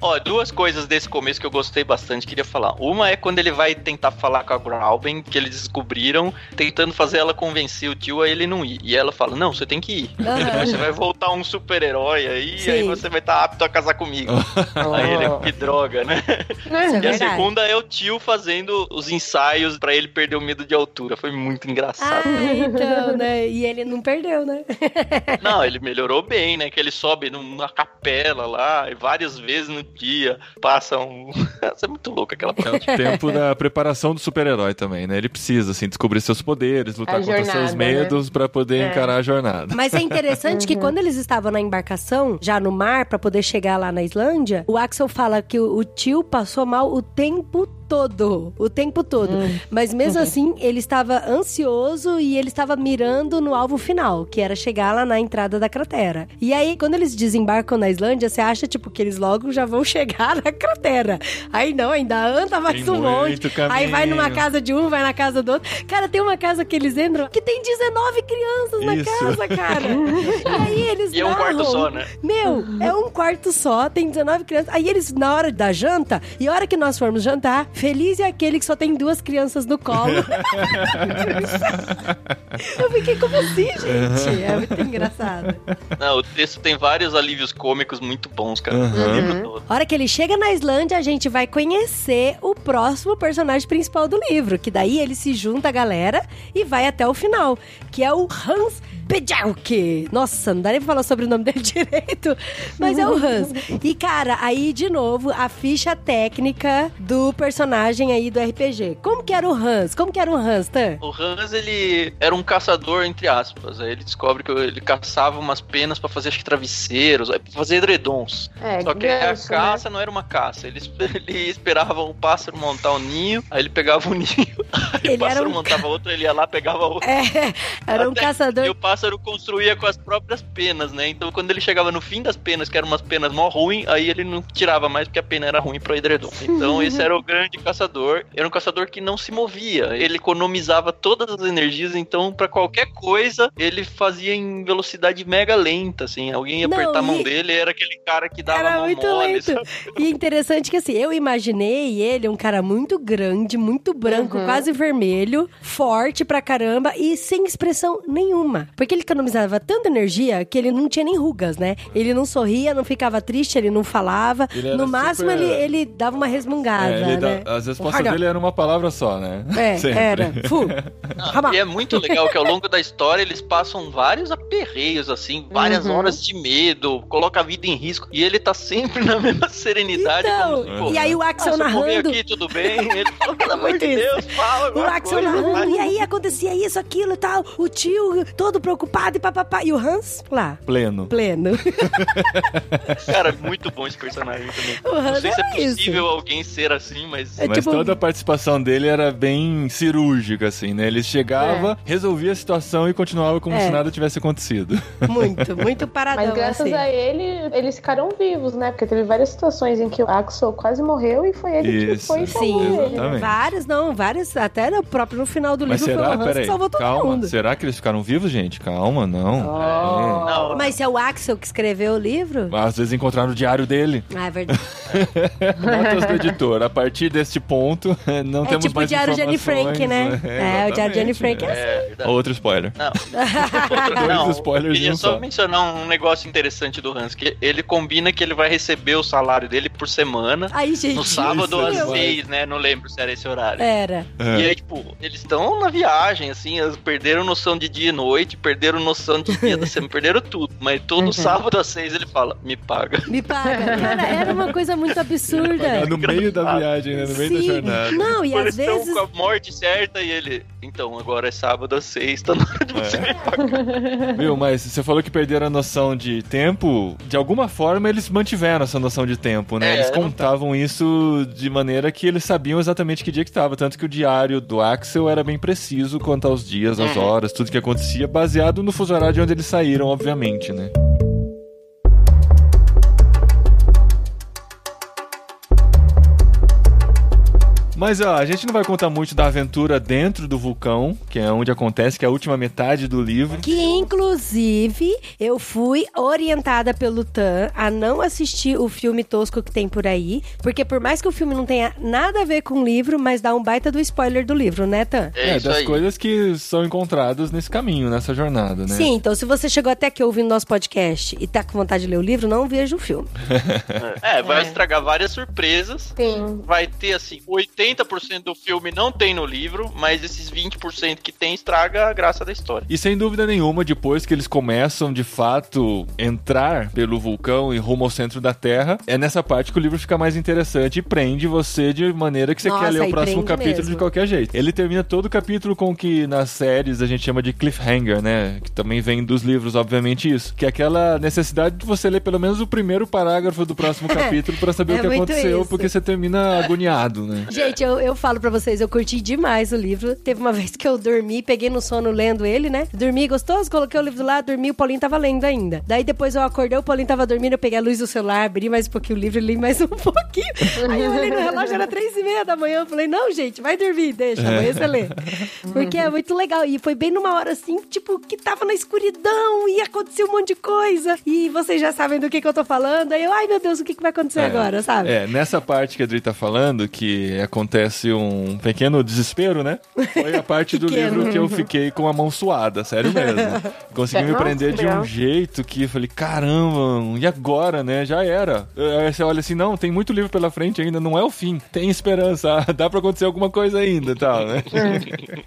Ó, duas coisas desse começo que eu gostei bastante, queria falar. Uma é quando ele vai tentar falar com a Grauben, que eles descobriram, tentando fazer ela convencer o tio a ele não ir. E ela fala: Não, você tem que ir.
Aham.
Você vai voltar um super-herói aí,
É. Sim.
aí você vai estar apto a casar comigo. Aí ele, que droga, né?
Isso é
E a
verdade.
segunda é o tio fazendo os ensaios pra ele perder o medo de altura. Foi muito
Ah,
engraçado.
então, né? E ele não perdeu, né?
Não, ele melhorou bem, né? Que ele sobe numa capela lá e várias vezes no dia. Passa um. Essa é muito louca aquela parte.
O tempo da preparação do super-herói também, né? Ele precisa, assim, descobrir seus poderes, lutar
A
contra
jornada, né?
seus medos pra poder
É.
encarar a jornada.
Mas é interessante que quando eles estavam na embarcação, já no mar, pra poder chegar lá na Islândia, o Axel fala que o, o tio passou mal o tempo todo, o tempo todo. Mas mesmo assim, ele estava ansioso e ele estava mirando no alvo final, que era chegar lá na entrada da cratera. E aí, quando eles desembarcam na Islândia, você acha tipo que eles logo já vão chegar na cratera. Aí não, ainda anda mais
Tem
um monte.
muito caminho. É,
Aí vai numa casa de um, vai na casa do outro. Cara, tem uma casa que eles entram que tem 19 crianças na
Isso.
casa, cara. Aí eles
E é um
narram.
quarto só, né?
Meu, é um quarto só, tem 19 crianças. Aí eles, na hora da janta, e a hora que nós formos jantar, feliz é aquele que só tem duas crianças no colo. Eu fiquei como assim, gente? É muito engraçado.
Não, o texto tem vários alívios cômicos muito bons, cara.
Aham.
O livro todo.
A hora que ele chega na Islândia, a gente vai conhecer o próximo personagem principal do livro, que daí ele se junta à galera e vai até o final, que é o Hans Bejalk. Nossa, não dá nem pra falar sobre o nome dele direito, mas é o Hans. E cara, aí de novo a ficha técnica do personagem aí do RPG. Como que era o Hans? Como que era o Hans, Tan?
O Hans, ele era um caçador, entre aspas. Aí ele descobre que ele caçava umas penas pra fazer, acho que, travesseiros, é, pra fazer edredons.
É,
Só que
ganso,
a
né?
caça não era uma caça. Ele, esp- ele esperava o pássaro montar um ninho, aí ele pegava um ninho, aí
Ele
o
era
pássaro
um
montava outro, ele ia lá, pegava outro.
É, era um
Até-
caçador
E o pássaro construía com as próprias penas, né? Então quando ele chegava no fim das penas, que eram umas penas mó ruim, aí ele não tirava mais porque a pena era ruim pro edredom. Então esse era o grande caçador. Era um caçador que não se movia. Ele economizava todas as energias, então pra qualquer coisa ele fazia em velocidade mega lenta, assim. Alguém ia
Não,
apertar a mão
e-
dele, era aquele cara que dava
Era
mão
muito
mole,
lento.
sabe?
E interessante que assim, eu imaginei ele um cara muito grande, muito branco, quase vermelho, forte pra caramba e sem expressão nenhuma. Porque ele economizava tanta energia que ele não tinha nem rugas, né? Ele não sorria, não ficava triste, ele não falava.
Ele era
no máximo
super-
ele, ele dava uma resmungada,
É, ele dá-
né?
As respostas
Olha.
dele eram uma palavra só, né?
É,
Sempre.
era. Fu.
Ah,
Rama.
E é muito legal que ao longo da história eles passam vários aperreios, assim, várias
Uhum.
horas de medo, coloca a vida em risco. E ele tá sempre na mesma serenidade.
Então,
como se, pô,
e aí o
ah,
Axel
se eu morrer
narrando.
aqui, tudo bem? Ele fala, pelo amor de
Isso.
Deus, fala
O
alguma
Axel
coisa,
narrando,
vai.
e é aí acontecia isso, aquilo e tal. O tio todo preocupado e papapá. E o Hans lá,
Pleno.
pleno.
Cara, muito bom esse personagem também.
O
Não
Hans
sei se é
era isso.
possível alguém ser assim, mas...
É
Mas
tipo-
toda a participação dele era bem cirúrgica, assim, né? Ele chegava, resolvia a situação e continuava como
É.
se nada tivesse acontecido.
Muito, muito
é
paradão.
Mas graças
assim.
a ele, eles ficaram vivos, né? Porque teve várias situações em que o Axel quase morreu e foi ele
Isso.
que foi e salvou
Sim,
ele.
Exatamente.
vários, não, vários, até no próprio no final do
Mas
livro foi
será?
o Hans que
Peraí,
salvou todo
calma.
mundo.
Será que eles ficaram vivos, gente? Calma, não.
Oh.
Não,
Mas se é o Axel que escreveu o livro?
Mas Às vezes encontraram o diário dele.
Ah, é verdade.
Notas do editor. A partir deste ponto, não
é
temos
tipo o
mais
diário de Anne
informações.
Frank, né? É, o diário de Anne
exatamente,
Frank é
é.
é verdade.
Outro spoiler.
Não,
Ah,
Dois
Não,
spoilers
queria
em um
só,
só.
mencionar um negócio interessante do Hans, que ele combina que ele vai receber o salário dele por semana,
assim. Aí, gente.
no sábado às
meu.
seis, né? Não lembro se era esse horário.
Era.
É.
E aí, tipo, eles estão na viagem, assim, eles perderam noção de dia e noite, perderam noção de dia da semana, perderam tudo. Mas todo
Uhum.
sábado às seis ele fala, me paga.
Me paga. Cara, era uma coisa muito
É
absurda.
no meio da viagem, né? No meio da jornada.
Não, e às
eles
um
estão
vezes.
com a morte certa e ele, então, agora é sábado às seis, tá na hora de
É.
você me pagar.
Viu, mas você falou que perderam a noção de tempo. De alguma forma, eles mantiveram essa noção de tempo, né?
É,
eles
não tá.
contavam isso de maneira que eles sabiam exatamente que dia que estava. Tanto que o diário do Axel era bem preciso quanto aos dias,
É.
às horas, tudo que acontecia, baseado no fuso horário de onde eles saíram, obviamente, né? Mas ó, a gente não vai contar muito da aventura dentro do vulcão, que é onde acontece, que é a última metade do livro.
Que inclusive eu fui orientada pelo Tan a não assistir o filme tosco que tem por aí, porque por mais que o filme não tenha nada a ver com o livro, mas dá um baita do spoiler do livro, né, Tan?
É, isso
das
aí.
coisas que são encontradas nesse caminho, nessa jornada, né?
Sim, então se você chegou até aqui ouvindo nosso podcast e tá com vontade de ler o livro, não veja o filme.
É, vai
É.
estragar várias surpresas.
Sim.
vai ter assim, 80% do filme não tem no livro, mas esses 20% que tem estraga a graça da história.
E sem dúvida nenhuma, depois que eles começam de fato entrar pelo vulcão e rumo ao centro da Terra, é nessa parte que o livro fica mais interessante e prende você de maneira que você
Nossa,
quer ler
e
o próximo
prende
capítulo
mesmo.
de qualquer jeito. Ele termina todo o capítulo com o que nas séries a gente chama de cliffhanger, né? Que também vem dos livros, obviamente, isso. Que é aquela necessidade de você ler pelo menos o primeiro parágrafo do próximo capítulo pra saber
É
o que
muito
aconteceu,
isso.
porque você termina agoniado, né?
Gente, eu, eu falo pra vocês, eu curti demais o livro. Teve uma vez que eu dormi, peguei no sono lendo ele, né? Dormi gostoso, coloquei o livro lá, dormi, o Paulinho tava lendo ainda. Daí depois eu acordei, o Paulinho tava dormindo, eu peguei a luz do celular, abri mais um pouquinho o livro, li mais um pouquinho. Aí eu olhei no relógio, era três e meia da manhã, eu falei, não, gente, vai dormir, deixa,
É.
amanhã você lê. Porque é muito legal. E foi bem numa hora assim, tipo, que tava na escuridão e aconteceu um monte de coisa. E vocês já sabem do que, que eu tô falando. Aí eu, ai meu Deus, o que, que vai acontecer agora, sabe?
É, nessa parte que a Adri tá falando, que acontece um pequeno desespero, né? Foi a parte do
Pequeno.
livro que eu fiquei com a mão suada, sério mesmo. Consegui me
Nossa,
prender de um
legal.
jeito que eu falei, caramba, e agora, né? Já era. Aí você olha assim, não, tem muito livro pela frente ainda, não é o fim. Tem esperança, ah, dá pra acontecer alguma coisa ainda e tal, né?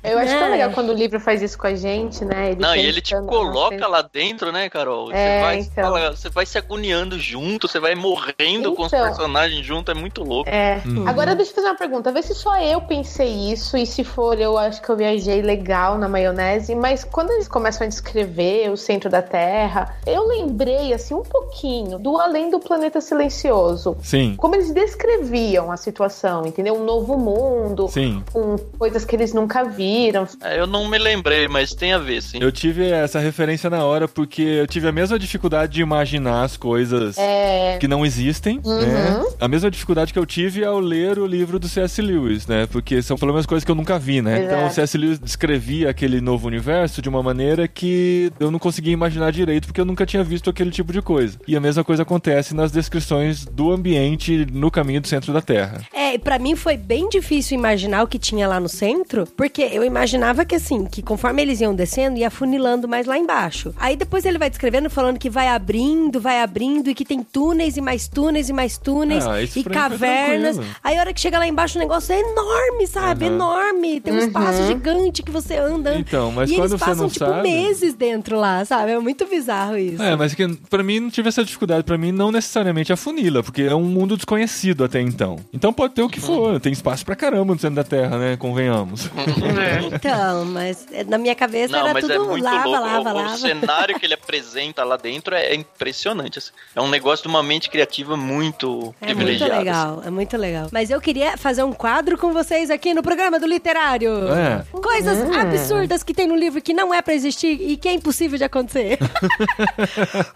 Eu acho
É.
tão legal quando o livro faz isso com a gente, né?
Não, e ele te
tentando-
coloca lá dentro, né, Carol?
É,
você, vai,
então.
fala- você vai se agoniando junto, você vai morrendo com os
Então.
personagens junto, é muito louco.
É. Agora deixa eu fazer uma pergunta. Talvez se só eu pensei isso, e se for, eu acho que eu viajei legal na maionese, mas quando eles começam a descrever o centro da Terra, eu lembrei, assim, um pouquinho do além do planeta silencioso.
Sim.
Como eles descreviam a situação, entendeu? Um novo mundo,
Sim.
com coisas que eles nunca viram.
É, eu não me lembrei, mas tem a ver, sim.
Eu tive essa referência na hora porque eu tive a mesma dificuldade de imaginar as coisas
É.
que não existem, né? A mesma dificuldade que eu tive ao ler o livro do C.S. Lewis, né? Porque são pelo menos coisas que eu nunca vi, né?
Exato.
Então o C.S. Lewis descrevia aquele novo universo de uma maneira que eu não conseguia imaginar direito porque eu nunca tinha visto aquele tipo de coisa. E a mesma coisa acontece nas descrições do ambiente no caminho do centro da Terra.
É, e pra mim foi bem difícil imaginar o que tinha lá no centro, porque eu imaginava que assim, que conforme eles iam descendo, ia funilando mais lá embaixo. Aí depois ele vai descrevendo, falando que vai abrindo, vai abrindo, e que tem túneis e mais túneis e mais túneis,
Ah, isso
e
pra mim foi
cavernas.
tranquilo.
Aí a hora que chega lá embaixo, o negócio é enorme, sabe?
Aham. Uhum.
Enorme. Tem um espaço gigante que você anda. anda.
Então, mas
e
quando
eles
você
passam,
não
tipo,
sabe-
meses dentro lá, sabe? É muito bizarro isso.
É, mas que pra mim não tive essa dificuldade. Pra mim não necessariamente afunila, porque é um mundo desconhecido até então. Então pode ter o que for. Tem espaço pra caramba no centro da Terra, né? Convenhamos.
Então, mas é, na minha cabeça
Não,
era
mas
tudo
é muito
lava,
louco.
lava,
o, o
lava.
cenário que ele apresenta lá dentro é impressionante. assim. É um negócio de uma mente criativa muito
É muito
privilegiada. assim.
legal, é muito legal. Mas eu queria fazer um quadro com vocês aqui no programa do Literário.
É.
Coisas absurdas que tem no livro que não é pra existir e que é impossível de acontecer.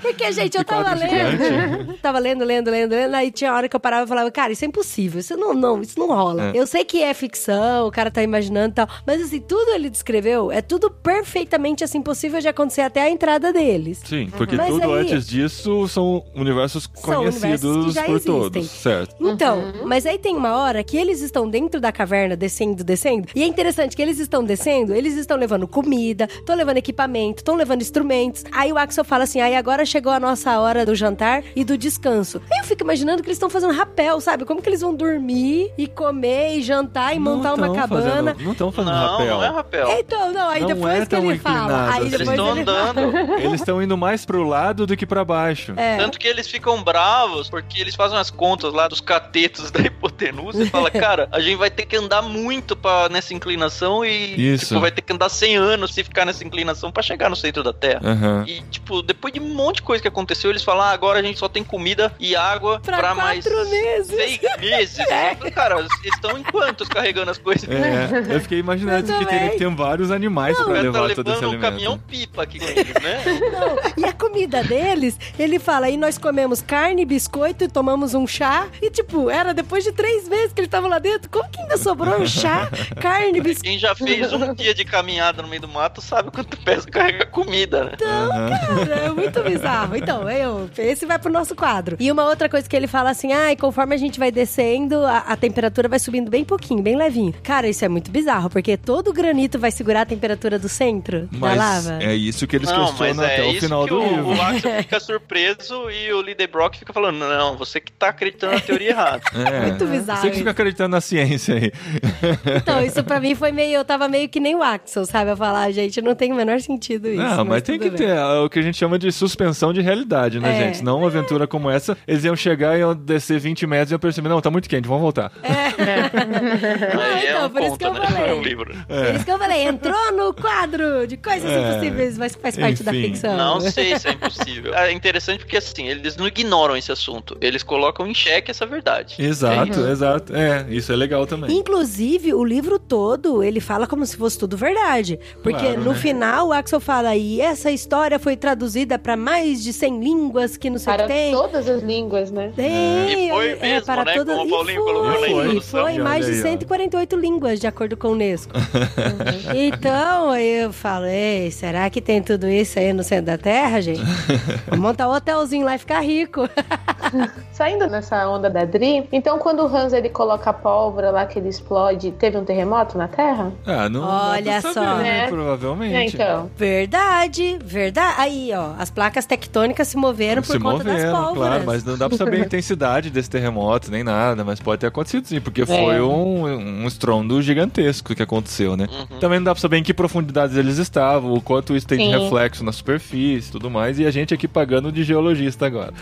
Porque, gente, eu
Que
tava
quadro
lendo.
gigante.
tava lendo, lendo, lendo, lendo. Aí tinha hora que eu parava e falava, cara, isso é impossível. Isso não, não, isso não rola.
É.
Eu sei que é ficção, o cara tá imaginando e tal. Mas assim, tudo ele descreveu é tudo perfeitamente assim, possível de acontecer até a entrada deles.
Sim, porque
Uhum. Mas
tudo
aí-
antes disso são universos conhecidos
universos que já
por
existem.
todos, certo?
Então,
Uhum.
mas aí tem uma hora que eles estão dentro da caverna, descendo, descendo. E é interessante que eles estão descendo, eles estão levando comida, estão levando equipamento, estão levando instrumentos. Aí o Axel fala assim: aí agora chegou a nossa hora do jantar e do descanso. Aí eu fico imaginando que eles estão fazendo rapel, sabe? Como que eles vão dormir e comer e jantar e montar
Não
uma
tão
cabana.
fazendo- não estão
Não,
fazendo rapel.
não é rapel.
Então, não, aí
Não
depois
é
que
tão
ele fala.
inclinado
Aí
assim.
depois
Eles estão
ele fala.
andando.
Eles estão indo mais pro lado do que pra baixo.
É.
Tanto que eles ficam bravos porque eles fazem as contas lá dos catetos da hipotenusa e
É.
fala, cara, a gente vai ter que andar muito pra, nessa inclinação e
Isso.
tipo, vai ter que andar 100 anos se ficar nessa inclinação pra chegar no centro da Terra.
Aham.
E, tipo, depois de um monte de coisa que aconteceu, eles falam, ah, agora a gente só tem comida e água
Pra
pra, mais...
quatro meses." É.
Seis meses. Eu falei, Cara, eles estão em quantos carregando as coisas?
É, eu fiquei imaginando
Eu
que teria que ter vários animais
O
pra
cara tá
levar todo esse
levando um
alimento.
caminhão pipa aqui com eles, né?
Não, e a comida deles, ele fala, e nós comemos carne, biscoito e tomamos um chá. E tipo, era depois de três meses que ele tava lá dentro, como que ainda sobrou um chá, carne, biscoito?
Quem já fez um dia de caminhada no meio do mato sabe quanto pesa carregar comida, né?
Aham.
Cara, é muito bizarro. Então, eu, esse vai pro nosso quadro. E uma outra coisa que ele fala assim: ah, e conforme a gente vai descendo, a, a temperatura vai subindo bem pouquinho, bem levinho. Cara, isso é muito bizarro, porque todo granito vai segurar a temperatura do centro da
Mas
lava.
é isso que eles
Não, mas
questionam
é
até o
isso
final
que
do
o,
livro.
O Axel fica surpreso e o Líder Brock fica falando: Não, você que tá acreditando na teoria errada.
É.
Muito bizarro
Você que
isso.
fica acreditando na ciência aí.
Então, isso pra mim foi meio. Eu tava meio que nem o Axel, sabe? Eu falar, "Ah, gente, não tem o menor sentido isso.
Não, mas tem que
tudo bem.
ter ah, o que a gente chama de suspensão de realidade, né,
É.
gente? Senão uma aventura como essa, eles iam chegar e iam descer 20 metros e iam perceber, não, tá muito quente, vamos voltar.
É.
Aí
então,
é um
por isso
conto,
que eu
né?
falei.
Não é um livro.
Por isso que eu falei, entrou no quadro de coisas
É.
impossíveis, mas que faz parte da
Enfim.
ficção. né?
Não sei se é impossível. É interessante porque, assim, eles não ignoram esse assunto. Eles colocam em xeque essa verdade.
Exato,
Uhum.
exato. É, isso é legal também.
Inclusive, o livro todo, ele fala como se fosse tudo verdade. Porque
Claro,
no
né?
final, o Axel fala, e essa história foi traduzida pra mais de 100 línguas que não sei o
Para
que tem.
todas as línguas, né?
Tem,
E foi
é,
mesmo,
para
né?
todas-
Como o
e
Paulinho colocou
na
foi,
introdução.
foi
Olha
mais de
aí, ó.
148 línguas, de acordo com a Unesco.
Uhum.
então, eu falei, será que tem tudo isso aí no centro da Terra, gente? Vou montar um hotelzinho lá e ficar rico.
Saindo nessa onda da Dri, então quando o Hans ele coloca a pólvora lá que ele explode, teve um terremoto na Terra?
Ah, não.
Olha
não dá pra
só.
saber, né?
É.
Provavelmente.
É, então.
Verdade, verdade. Aí, ó, as placas tectônicas se moveram
Se
por conta das
moveram,
pólvoras.
claro, mas não dá pra saber a intensidade desse terremoto, nem nada, mas pode ter acontecido sim,
É.
porque foi um, um estrondo gigantesco que aconteceu, né?
Uhum.
Também não dá pra saber em que profundidades eles estavam, o quanto isso tem de
Sim.
reflexo na superfície e tudo mais, e a gente aqui pagando de geologista agora.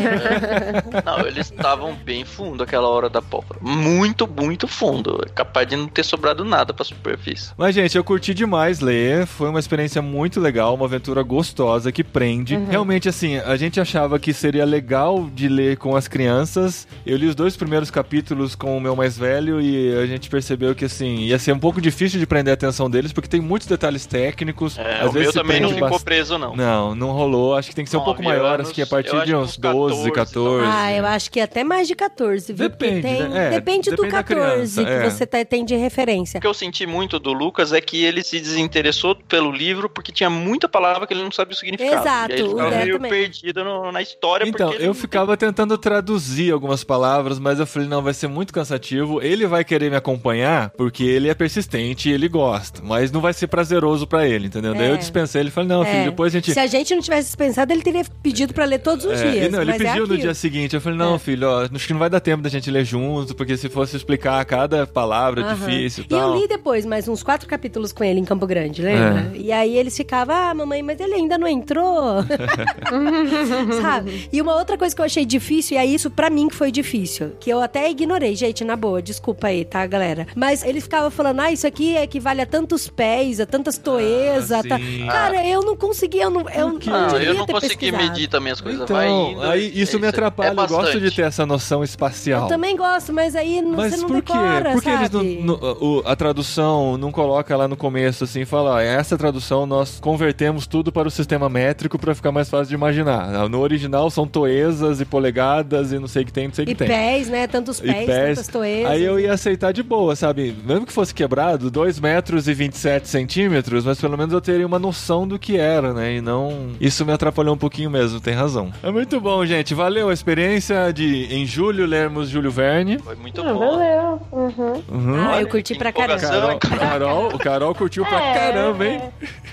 É.
Não, eles estavam bem fundo aquela hora da pólvora. Muito, muito fundo. Capaz de não ter sobrado nada pra superfície.
Mas, gente, eu curti demais ler. Foi uma experiência muito legal, uma aventura gostosa que prende.
Uhum.
Realmente, assim, a gente achava que seria legal de ler com as crianças. Eu li os dois primeiros capítulos com o meu mais velho e a gente percebeu que, assim, ia ser um pouco difícil de prender a atenção deles, porque tem muitos detalhes técnicos.
É,
às
o
vezes
meu
se
também não
prende
ficou
bastante.
preso, não.
Não, não rolou. Acho que tem que ser um
Nove
pouco maior,
anos,
acho que a
eu
partir
acho
de
que
uns
uns
12,
14,
14.
Ah, eu acho que até mais de 14, viu? Porque
né? Depende,
tem-
né? É,
depende do
depende da
14
criança,
que
é.
você tá- tem de referência.
O que eu senti muito do Lucas é que ele se desinteressou pelo livro porque tinha muita palavra que ele não sabia o significado.
Exato, Ah,
E aí ele
o
ficava
Zé
meio
também.
perdido no- na história.
Então,
porque ele
eu
não-
ficava tentando traduzir algumas palavras, mas eu falei, não, vai ser muito cansativo. Ele vai querer me acompanhar, porque ele é persistente e ele gosta. Mas não vai ser prazeroso pra ele, entendeu? Daí
É.
eu dispensei, ele falou, não,
É.
filho, Então, assim, depois a gente...
Se a gente não tivesse pensado, ele teria pedido pra ler todos os
É, e
dias.
não, ele
mas é
pediu no
aquilo.
dia seguinte. Eu falei, não,
É.
filho, ó, acho que não vai dar tempo da gente ler junto, porque se fosse explicar cada palavra é
Aham.
difícil e
E eu
tal. É.
li depois mais uns quatro capítulos com ele em Campo Grande, lembra? E aí eles ficavam, ah, mamãe, mas ele ainda não entrou. Sabe? E uma outra coisa que eu achei difícil, e aí isso pra mim que foi difícil, que eu até ignorei, gente, na boa, desculpa aí, tá, galera? Mas ele ficava falando, ah, isso aqui equivale a tantos pés, a tantas toezas.
Ah,
tá-
sim.
Cara, eu não consegui, eu não. Eu,
que-
Ah,
devia
eu não
ter
consegui
pesquisado.
medir também as coisas. vai indo,
Então, aí
é
isso me
é
atrapalha. eu gosto
bastante.
de ter essa noção espacial.
Eu também gosto, mas aí não-
Mas
você não
por quê?
decora,
Por que eles não,
sabe?
não- o- a tradução não coloca lá no começo assim, fala, ó, essa tradução nós convertemos tudo para o sistema métrico para ficar mais fácil de imaginar. Ah, No original são toesas e polegadas e não sei o que tem, não sei o que
E
tem.
pés, né? Tantos pés, tantas toezas.
Aí eu ia aceitar de boa, sabe? Mesmo que fosse quebrado, 2 metros e 27 centímetros, mas pelo menos eu teria uma noção do que era, né? E não. Isso me atrapalhou um pouquinho mesmo, tem razão. É muito bom, gente. Valeu a experiência de, em julho, lermos Júlio Verne.
Foi muito
Ah,
bom.
valeu. Uhum.
Uhum.
Ah, eu curti pra caramba.
Empolgação.
Carol, Carol, o Carol curtiu pra
É,
caramba, hein?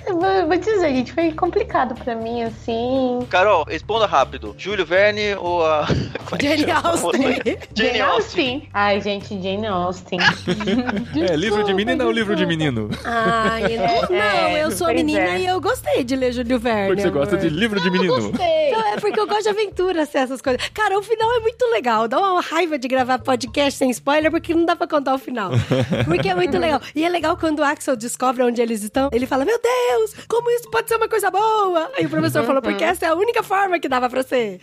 Eu Vou, vou dizer, gente, foi complicado pra mim, assim.
Carol, responda rápido. Júlio Verne ou a.
Jane Austen.
Jane Austen.
Ai, gente, Jane Austen.
É, livro de
Desculpa,
menina ou livro de
desculpa.
menino?
Ai, eu- não,
é,
eu sou
pois
menina
é.
e eu gostei de ler Júlio Verne.
Porque é você gosta de
amor.
livro de menino.
Gostei.
Não, é porque eu gosto de aventura, assim, essas coisas. Cara, o final é muito legal. Dá uma raiva de gravar podcast sem spoiler, porque não dá pra contar o final. Porque é muito legal. E é legal quando o Axel descobre onde eles estão, ele fala: Meu Deus, como isso pode ser uma coisa boa? Aí o professor falou: Porque essa é a única forma que dava pra ser.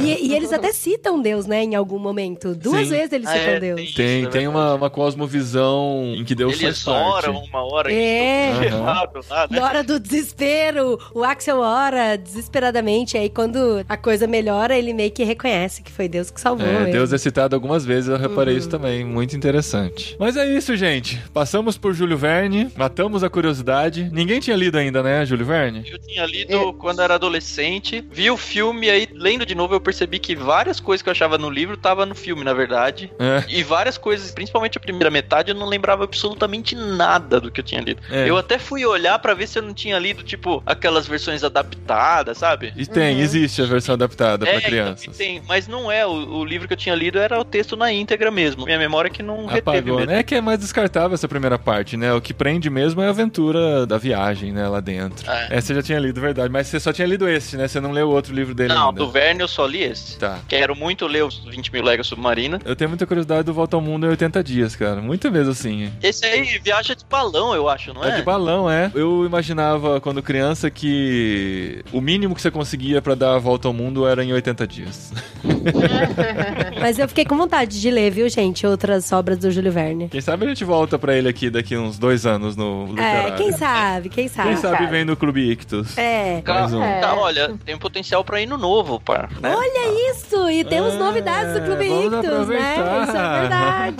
e, e eles até citam Deus, né, em algum momento. Duas
Sim.
vezes eles
Ah,
citam
é,
Deus.
tem-
Tem,
Isso,
tem
é
uma, uma cosmovisão em que Deus faz
Eles
parte.
oram uma hora que
É.
estão
Aham.
errado lá, né?
Na hora do desespero, o Axel ora desesperadamente. Aí quando a coisa melhora, ele meio que reconhece que foi Deus que salvou.
É,
ele.
Deus é citado algumas vezes, eu reparei isso também, muito interessante. Mas é isso, gente. Passamos por Júlio Verne, matamos a curiosidade. Ninguém tinha lido ainda, né, Júlio Verne?
Eu tinha lido quando era adolescente, vi o filme, aí lendo de novo eu percebi que várias coisas que eu achava no livro tava no filme, na verdade.
É,
E várias coisas, principalmente a primeira metade, eu não lembrava absolutamente nada do que eu tinha lido.
é.
Eu até fui olhar pra ver se eu não tinha lido, tipo, aquelas versões adaptadas, sabe?
E tem, existe a versão adaptada pra
então,
crianças.
tem, mas não é. O, o livro que eu tinha lido era o texto na íntegra mesmo. Minha memória é que não reteve
Apagou,
mesmo.
né? É que é mais descartável essa primeira parte, né? O que prende mesmo é a aventura da viagem, né? Lá dentro.
É.
É, você já tinha lido, verdade. Mas você só tinha lido esse, né? Você não leu o outro livro dele
Não,
ainda.
do Verne eu só li esse.
Tá.
Quero muito ler os 20 mil Legas Submarina.
Eu tenho muita curiosidade do Volta ao Mundo em 80 dias, cara. Muita vez assim.
Esse aí viaja de balão, eu acho, não
É
é?
de balão, é. Eu imaginava quando criança que o mínimo que você conseguia pra dar a volta ao mundo era em 80 dias.
Mas eu fiquei com vontade de ler, viu, gente? Outras obras do Júlio Verne.
Quem sabe a gente volta pra ele aqui daqui uns dois anos no literário.
É, quem sabe, quem sabe.
Quem sabe
sabe.
vem no Clube Ictus.
É.
Tá,
Mais um.
É.
tá, olha, tem um potencial pra ir no novo, pá. né?
Olha isso! E temos
É,
novidades do Clube
vamos
Ictus, né?
aproveitar.
Isso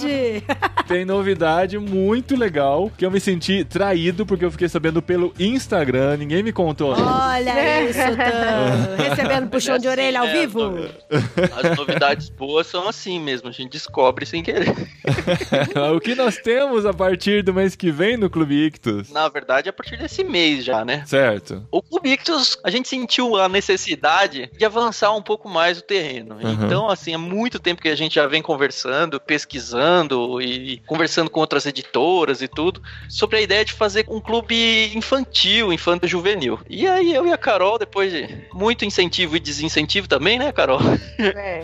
é verdade.
Tem novidade muito legal que eu me senti
Ah,
traído porque eu fiquei sabendo pelo Instagram, ninguém me contou.
Olha isso, Tan. recebendo puxão de
Assim,
orelha ao
né,
vivo.
As novidades boas são assim mesmo, a gente descobre sem querer.
o que nós temos a partir do mês que vem no Clube Ictus?
Na verdade, é a partir desse mês já, né?
Certo.
O Clube Ictus, a gente sentiu a necessidade de avançar um pouco mais o terreno.
Uhum.
Então, assim, há muito tempo que a gente já vem conversando, pesquisando e conversando com outras editoras e tudo, sobre a ideia de fazer um clube infantil, infanto-juvenil. E aí eu e a Carol, depois de muito incentivo e desincentivo também, né, Carol?
É.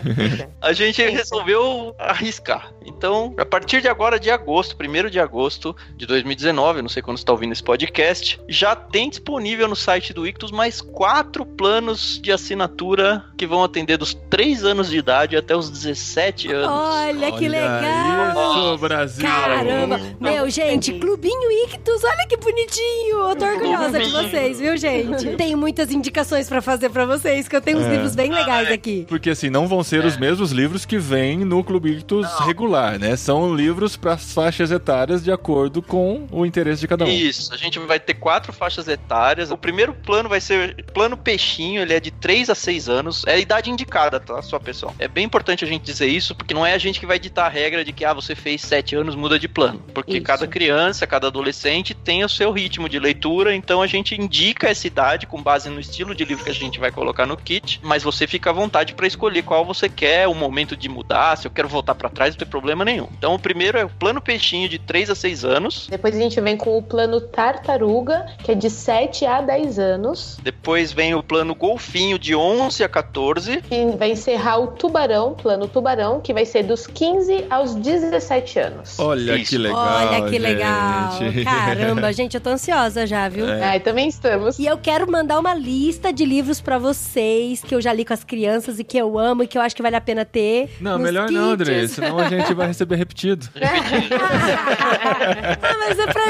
A gente
Sim.
resolveu arriscar. Então, a partir de agora, de agosto, 1 de agosto de 2019, não sei quando você está ouvindo esse podcast, já tem disponível no site do Ictus mais quatro planos de assinatura que vão atender dos 3 anos de idade até os 17 anos.
Olha que legal!
Isso, Brasil!
Caramba! Meu, gente,
entendi.
Clubinho Ictus, olha que bonitinho! Eu tô orgulhosa de
Clubinho.
vocês, viu, gente? Tenho muitas indicações pra fazer pra vocês, que eu tenho uns
É.
livros bem legais aqui.
Porque assim, não vão ser
É.
os mesmos livros que vêm no Clube Ictus regular, né? São livros para as faixas etárias de acordo com o interesse de cada um.
Isso, a gente vai ter quatro faixas etárias. O primeiro plano vai ser plano peixinho, ele é de 3 a 6 anos. É a idade indicada, tá, só pessoal? É bem importante a gente dizer isso, porque não é a gente que vai ditar a regra de que ah, você fez 7 anos, muda de plano. Porque
Isso.
cada criança, cada adolescente tem o seu ritmo de leitura, então a gente indica essa idade com base no estilo de livro que a gente vai colocar no kit, mas você fica à vontade para escolher qual você quer, o momento de mudar, se eu quero voltar para trás, não tem problema nenhum. Então o primeiro é o plano peixinho de 3 a 6 anos.
Depois a gente vem com o plano tartaruga, que é de 7 a 10 anos.
Depois vem o plano golfinho de 11 a 14.
E vai encerrar o tubarão, plano tubarão, que vai ser dos 15 aos 17 anos.
Olha
Isso.
que legal.
olha que legal!
gente.
Caramba, gente, eu tô ansiosa já, viu?
Ah, e também estamos.
E eu quero mandar uma lista de livros pra vocês que eu já li com as crianças e que eu amo e que eu acho que vale a pena ter.
Não,
nos
melhor não,
kits.
André, senão a gente vai receber repetido.
ah, mas é pra.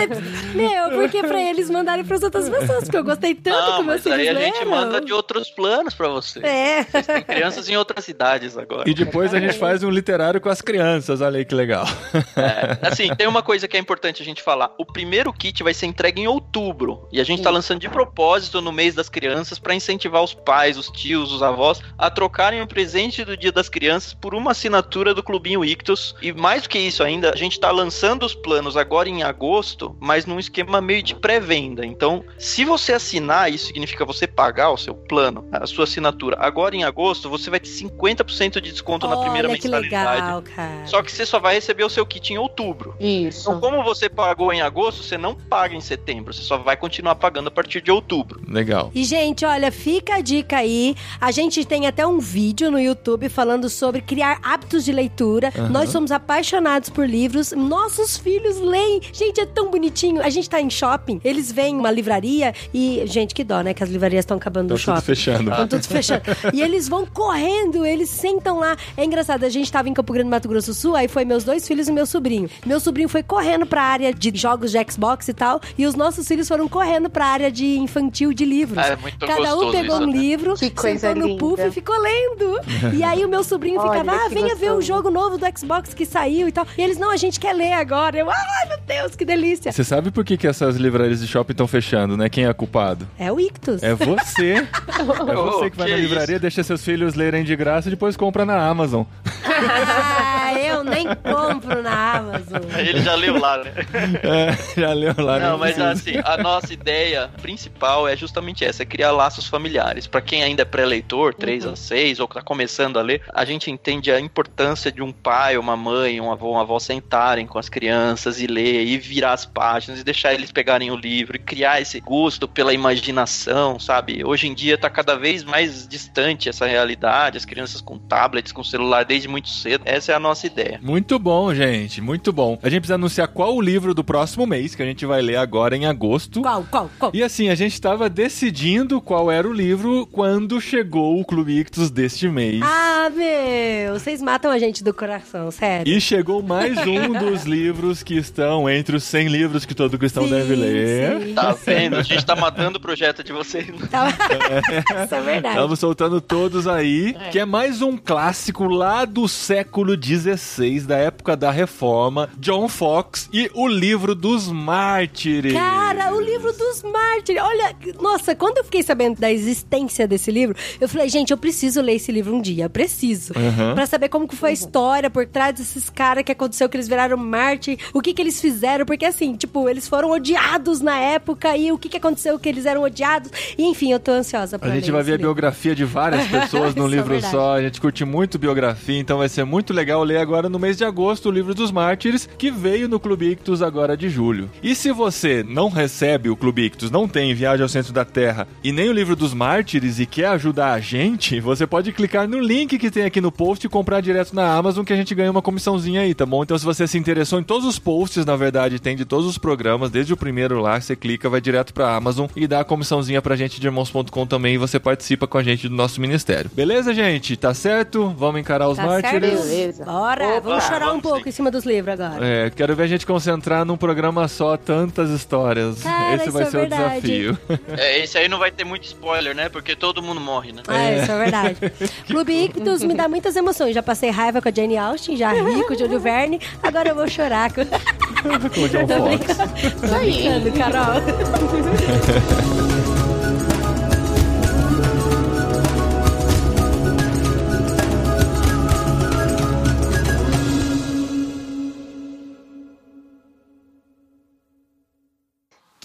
Meu, porque é pra eles mandarem pras outras pessoas, porque eu gostei tanto
Não,
que meus
mas aí
filhos
a gente
leram.
manda de outros planos pra você.
É.
Vocês têm crianças em outras cidades agora.
E depois a gente faz um literário com as crianças, olha aí que legal.
É, assim, tem uma coisa que é importante a gente falar. O primeiro kit vai ser entregue em outubro. E a gente tá lançando de propósito no mês das crianças pra incentivar os pais, os tios, os avós a trocarem o presente do Dia das Crianças por uma assinatura do Clubinho Ictus. E mais do que isso ainda, a gente tá lançando os planos agora em agosto, mas num esquema meio de pré-venda. Então, se você assinar, isso significa você pagar o seu plano, a sua assinatura. Agora em agosto, você vai ter 50% de desconto na primeira
Olha que
mensalidade.
legal, cara.
Só que você só vai receber o seu kit em outubro. Então,
Isso.
como você pagou em agosto, você não paga em setembro. Você só vai continuar pagando a partir de outubro.
Legal.
E, gente, olha, fica a dica aí. A gente tem até um vídeo no YouTube falando sobre criar hábitos de leitura.
Aham.
Nós somos apaixonados por livros. Nossos filhos leem. Gente, é tão bonitinho. A gente tá em shopping, eles veem uma livraria e. Gente, que dó, né? Que as livrarias estão acabando
Tá
no
tudo
shopping. Ah,
fechando.
Estão todos fechando. E eles vão correndo, eles sentam lá. É engraçado, a gente tava em Campo Grande, Mato Grosso do Sul, aí foi meus dois filhos e meu sobrinho. Meu sobrinho foi correndo pra área de jogos de Xbox e tal, e os nossos filhos foram correndo pra área de infantil de livros.
Ah, é muito
Cada um
gostoso
pegou
isso,
um
né?
livro,
Que coisa
sentou no
linda.
puff e ficou lendo. E aí o meu sobrinho
Olha,
ficava, ah,
que
venha ver o
gostoso.
jogo novo do Xbox que saiu e tal. E eles, não, a gente quer ler agora. Eu, ai meu Deus, que delícia.
Você sabe por que, que essas livrarias de shopping estão fechando, né? Quem é culpado?
É o Ictus.
É você. É você que vai
Oh, que
na livraria, deixa seus filhos lerem de graça e depois compra na Amazon.
Ah, eu nem compro na Amazon.
Ele já leu lá, né?
É, já leu lá.
Não, mas
precisa.
assim, a nossa ideia principal é justamente essa, é criar laços familiares. Pra quem ainda é pré-leitor, 3 a 6, ou tá começando a ler, a gente entende a importância de um pai, uma mãe, um avô, uma avó sentarem com as crianças e ler, e virar as páginas, e deixar eles pegarem o livro, e criar esse gosto pela imaginação, sabe? Hoje em dia tá cada vez mais distante essa realidade, as crianças com tablets, com celular desde muito cedo. Essa é a nossa ideia.
Muito bom, gente, muito bom. A gente precisa anunciar qual o livro do próximo mês que a gente vai ler agora em agosto.
Qual, qual, qual?
E assim, a gente estava decidindo qual era o livro quando chegou o Clube Ictus deste mês.
Ah, Ah, meu, vocês matam a gente do coração, sério.
E chegou mais um dos livros que estão entre os 100 livros que todo cristão
Sim,
então deve ler.
sim.
Tá vendo? A gente tá matando o projeto de vocês.
Tá- Isso é verdade.
Estamos soltando todos aí,
É.
que é mais um clássico lá do século XVI, da época da Reforma, John Fox e o Livro dos Mártires.
Cara, o livro dos mártires. Olha, nossa, quando eu fiquei sabendo da existência desse livro, eu falei, gente, eu preciso ler esse livro um dia, eu preciso.
Uhum.
Pra saber como que foi a história por trás desses caras que aconteceu, que eles viraram Marte, o que que eles fizeram, porque assim, tipo, eles foram odiados na época e o que que aconteceu que eles eram odiados. E, enfim, eu tô ansiosa pra
A gente vai ver a biografia
biografia.
de várias pessoas num
Isso é
livro
verdade.
só. A gente curte muito biografia, então vai ser muito legal ler agora no mês de agosto o livro dos mártires, que veio no Clube Ictus agora de julho. E se você não recebe o Clube Ictus, não tem Viagem ao Centro da Terra e nem o livro dos mártires e quer ajudar a gente, você pode clicar no link que tem aqui no post e comprar direto na Amazon que a gente ganha uma comissãozinha aí, tá bom? Então se você se interessou em todos os posts, na verdade, tem de todos os programas, desde o primeiro lá, você clica, vai direto pra Amazon e dá a comissãozinha pra gente de irmãos.com também e você participa com a gente do nosso ministério. Beleza, gente? Tá certo? Vamos encarar os
Tá
mártires.
certo?
Beleza.
Bora,
Opa,
vamos chorar um
vamos
pouco
sim.
em cima dos livros agora.
É, quero ver a gente concentrar num programa só tantas histórias.
Cara,
Esse
isso
vai
é
ser
verdade.
o desafio.
É, esse aí não vai ter muito spoiler, né? Porque todo mundo morre, né?
Ah, isso é verdade. Clube Ictus me dá muitas emoções. Já passei raiva com a Jane Austen, já ri com o Júlio Verne, agora eu vou chorar com.
Com o John
Tô
Fox.
brincando,
Isso aí.
Carol.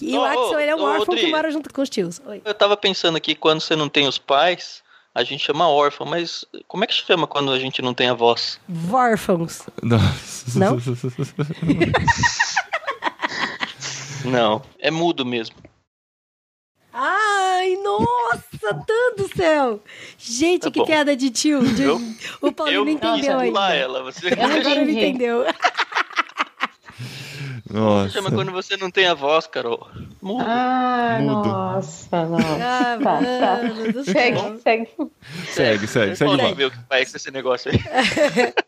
E o
Ô, ô,
Axel, ele é um
ô,
órfão que
Rodrigo.
mora junto com os tios. Oi.
Eu tava pensando aqui, quando você não tem os pais, a gente chama órfão, mas como é que chama quando a gente não tem avós?
Vorfãos.
Nossa.
Não?
Não, é mudo mesmo.
Ai, nossa, tanto céu! Gente,
Tá
que
bom.
piada de tio. de-
Eu-
O Paulo
eu
não entendeu
quis pular
ainda.
ela. Você
Eu não
Agora ele
entendi.
entendeu.
Nossa.
chama quando você não tem avós, Carol. Mudo.
Ah,
Mudo.
nossa, nossa.
Ah,
Tá,
mano do céu.
Segue, segue.
Segue, segue, segue.
Vamos ver o que vai com esse negócio aí.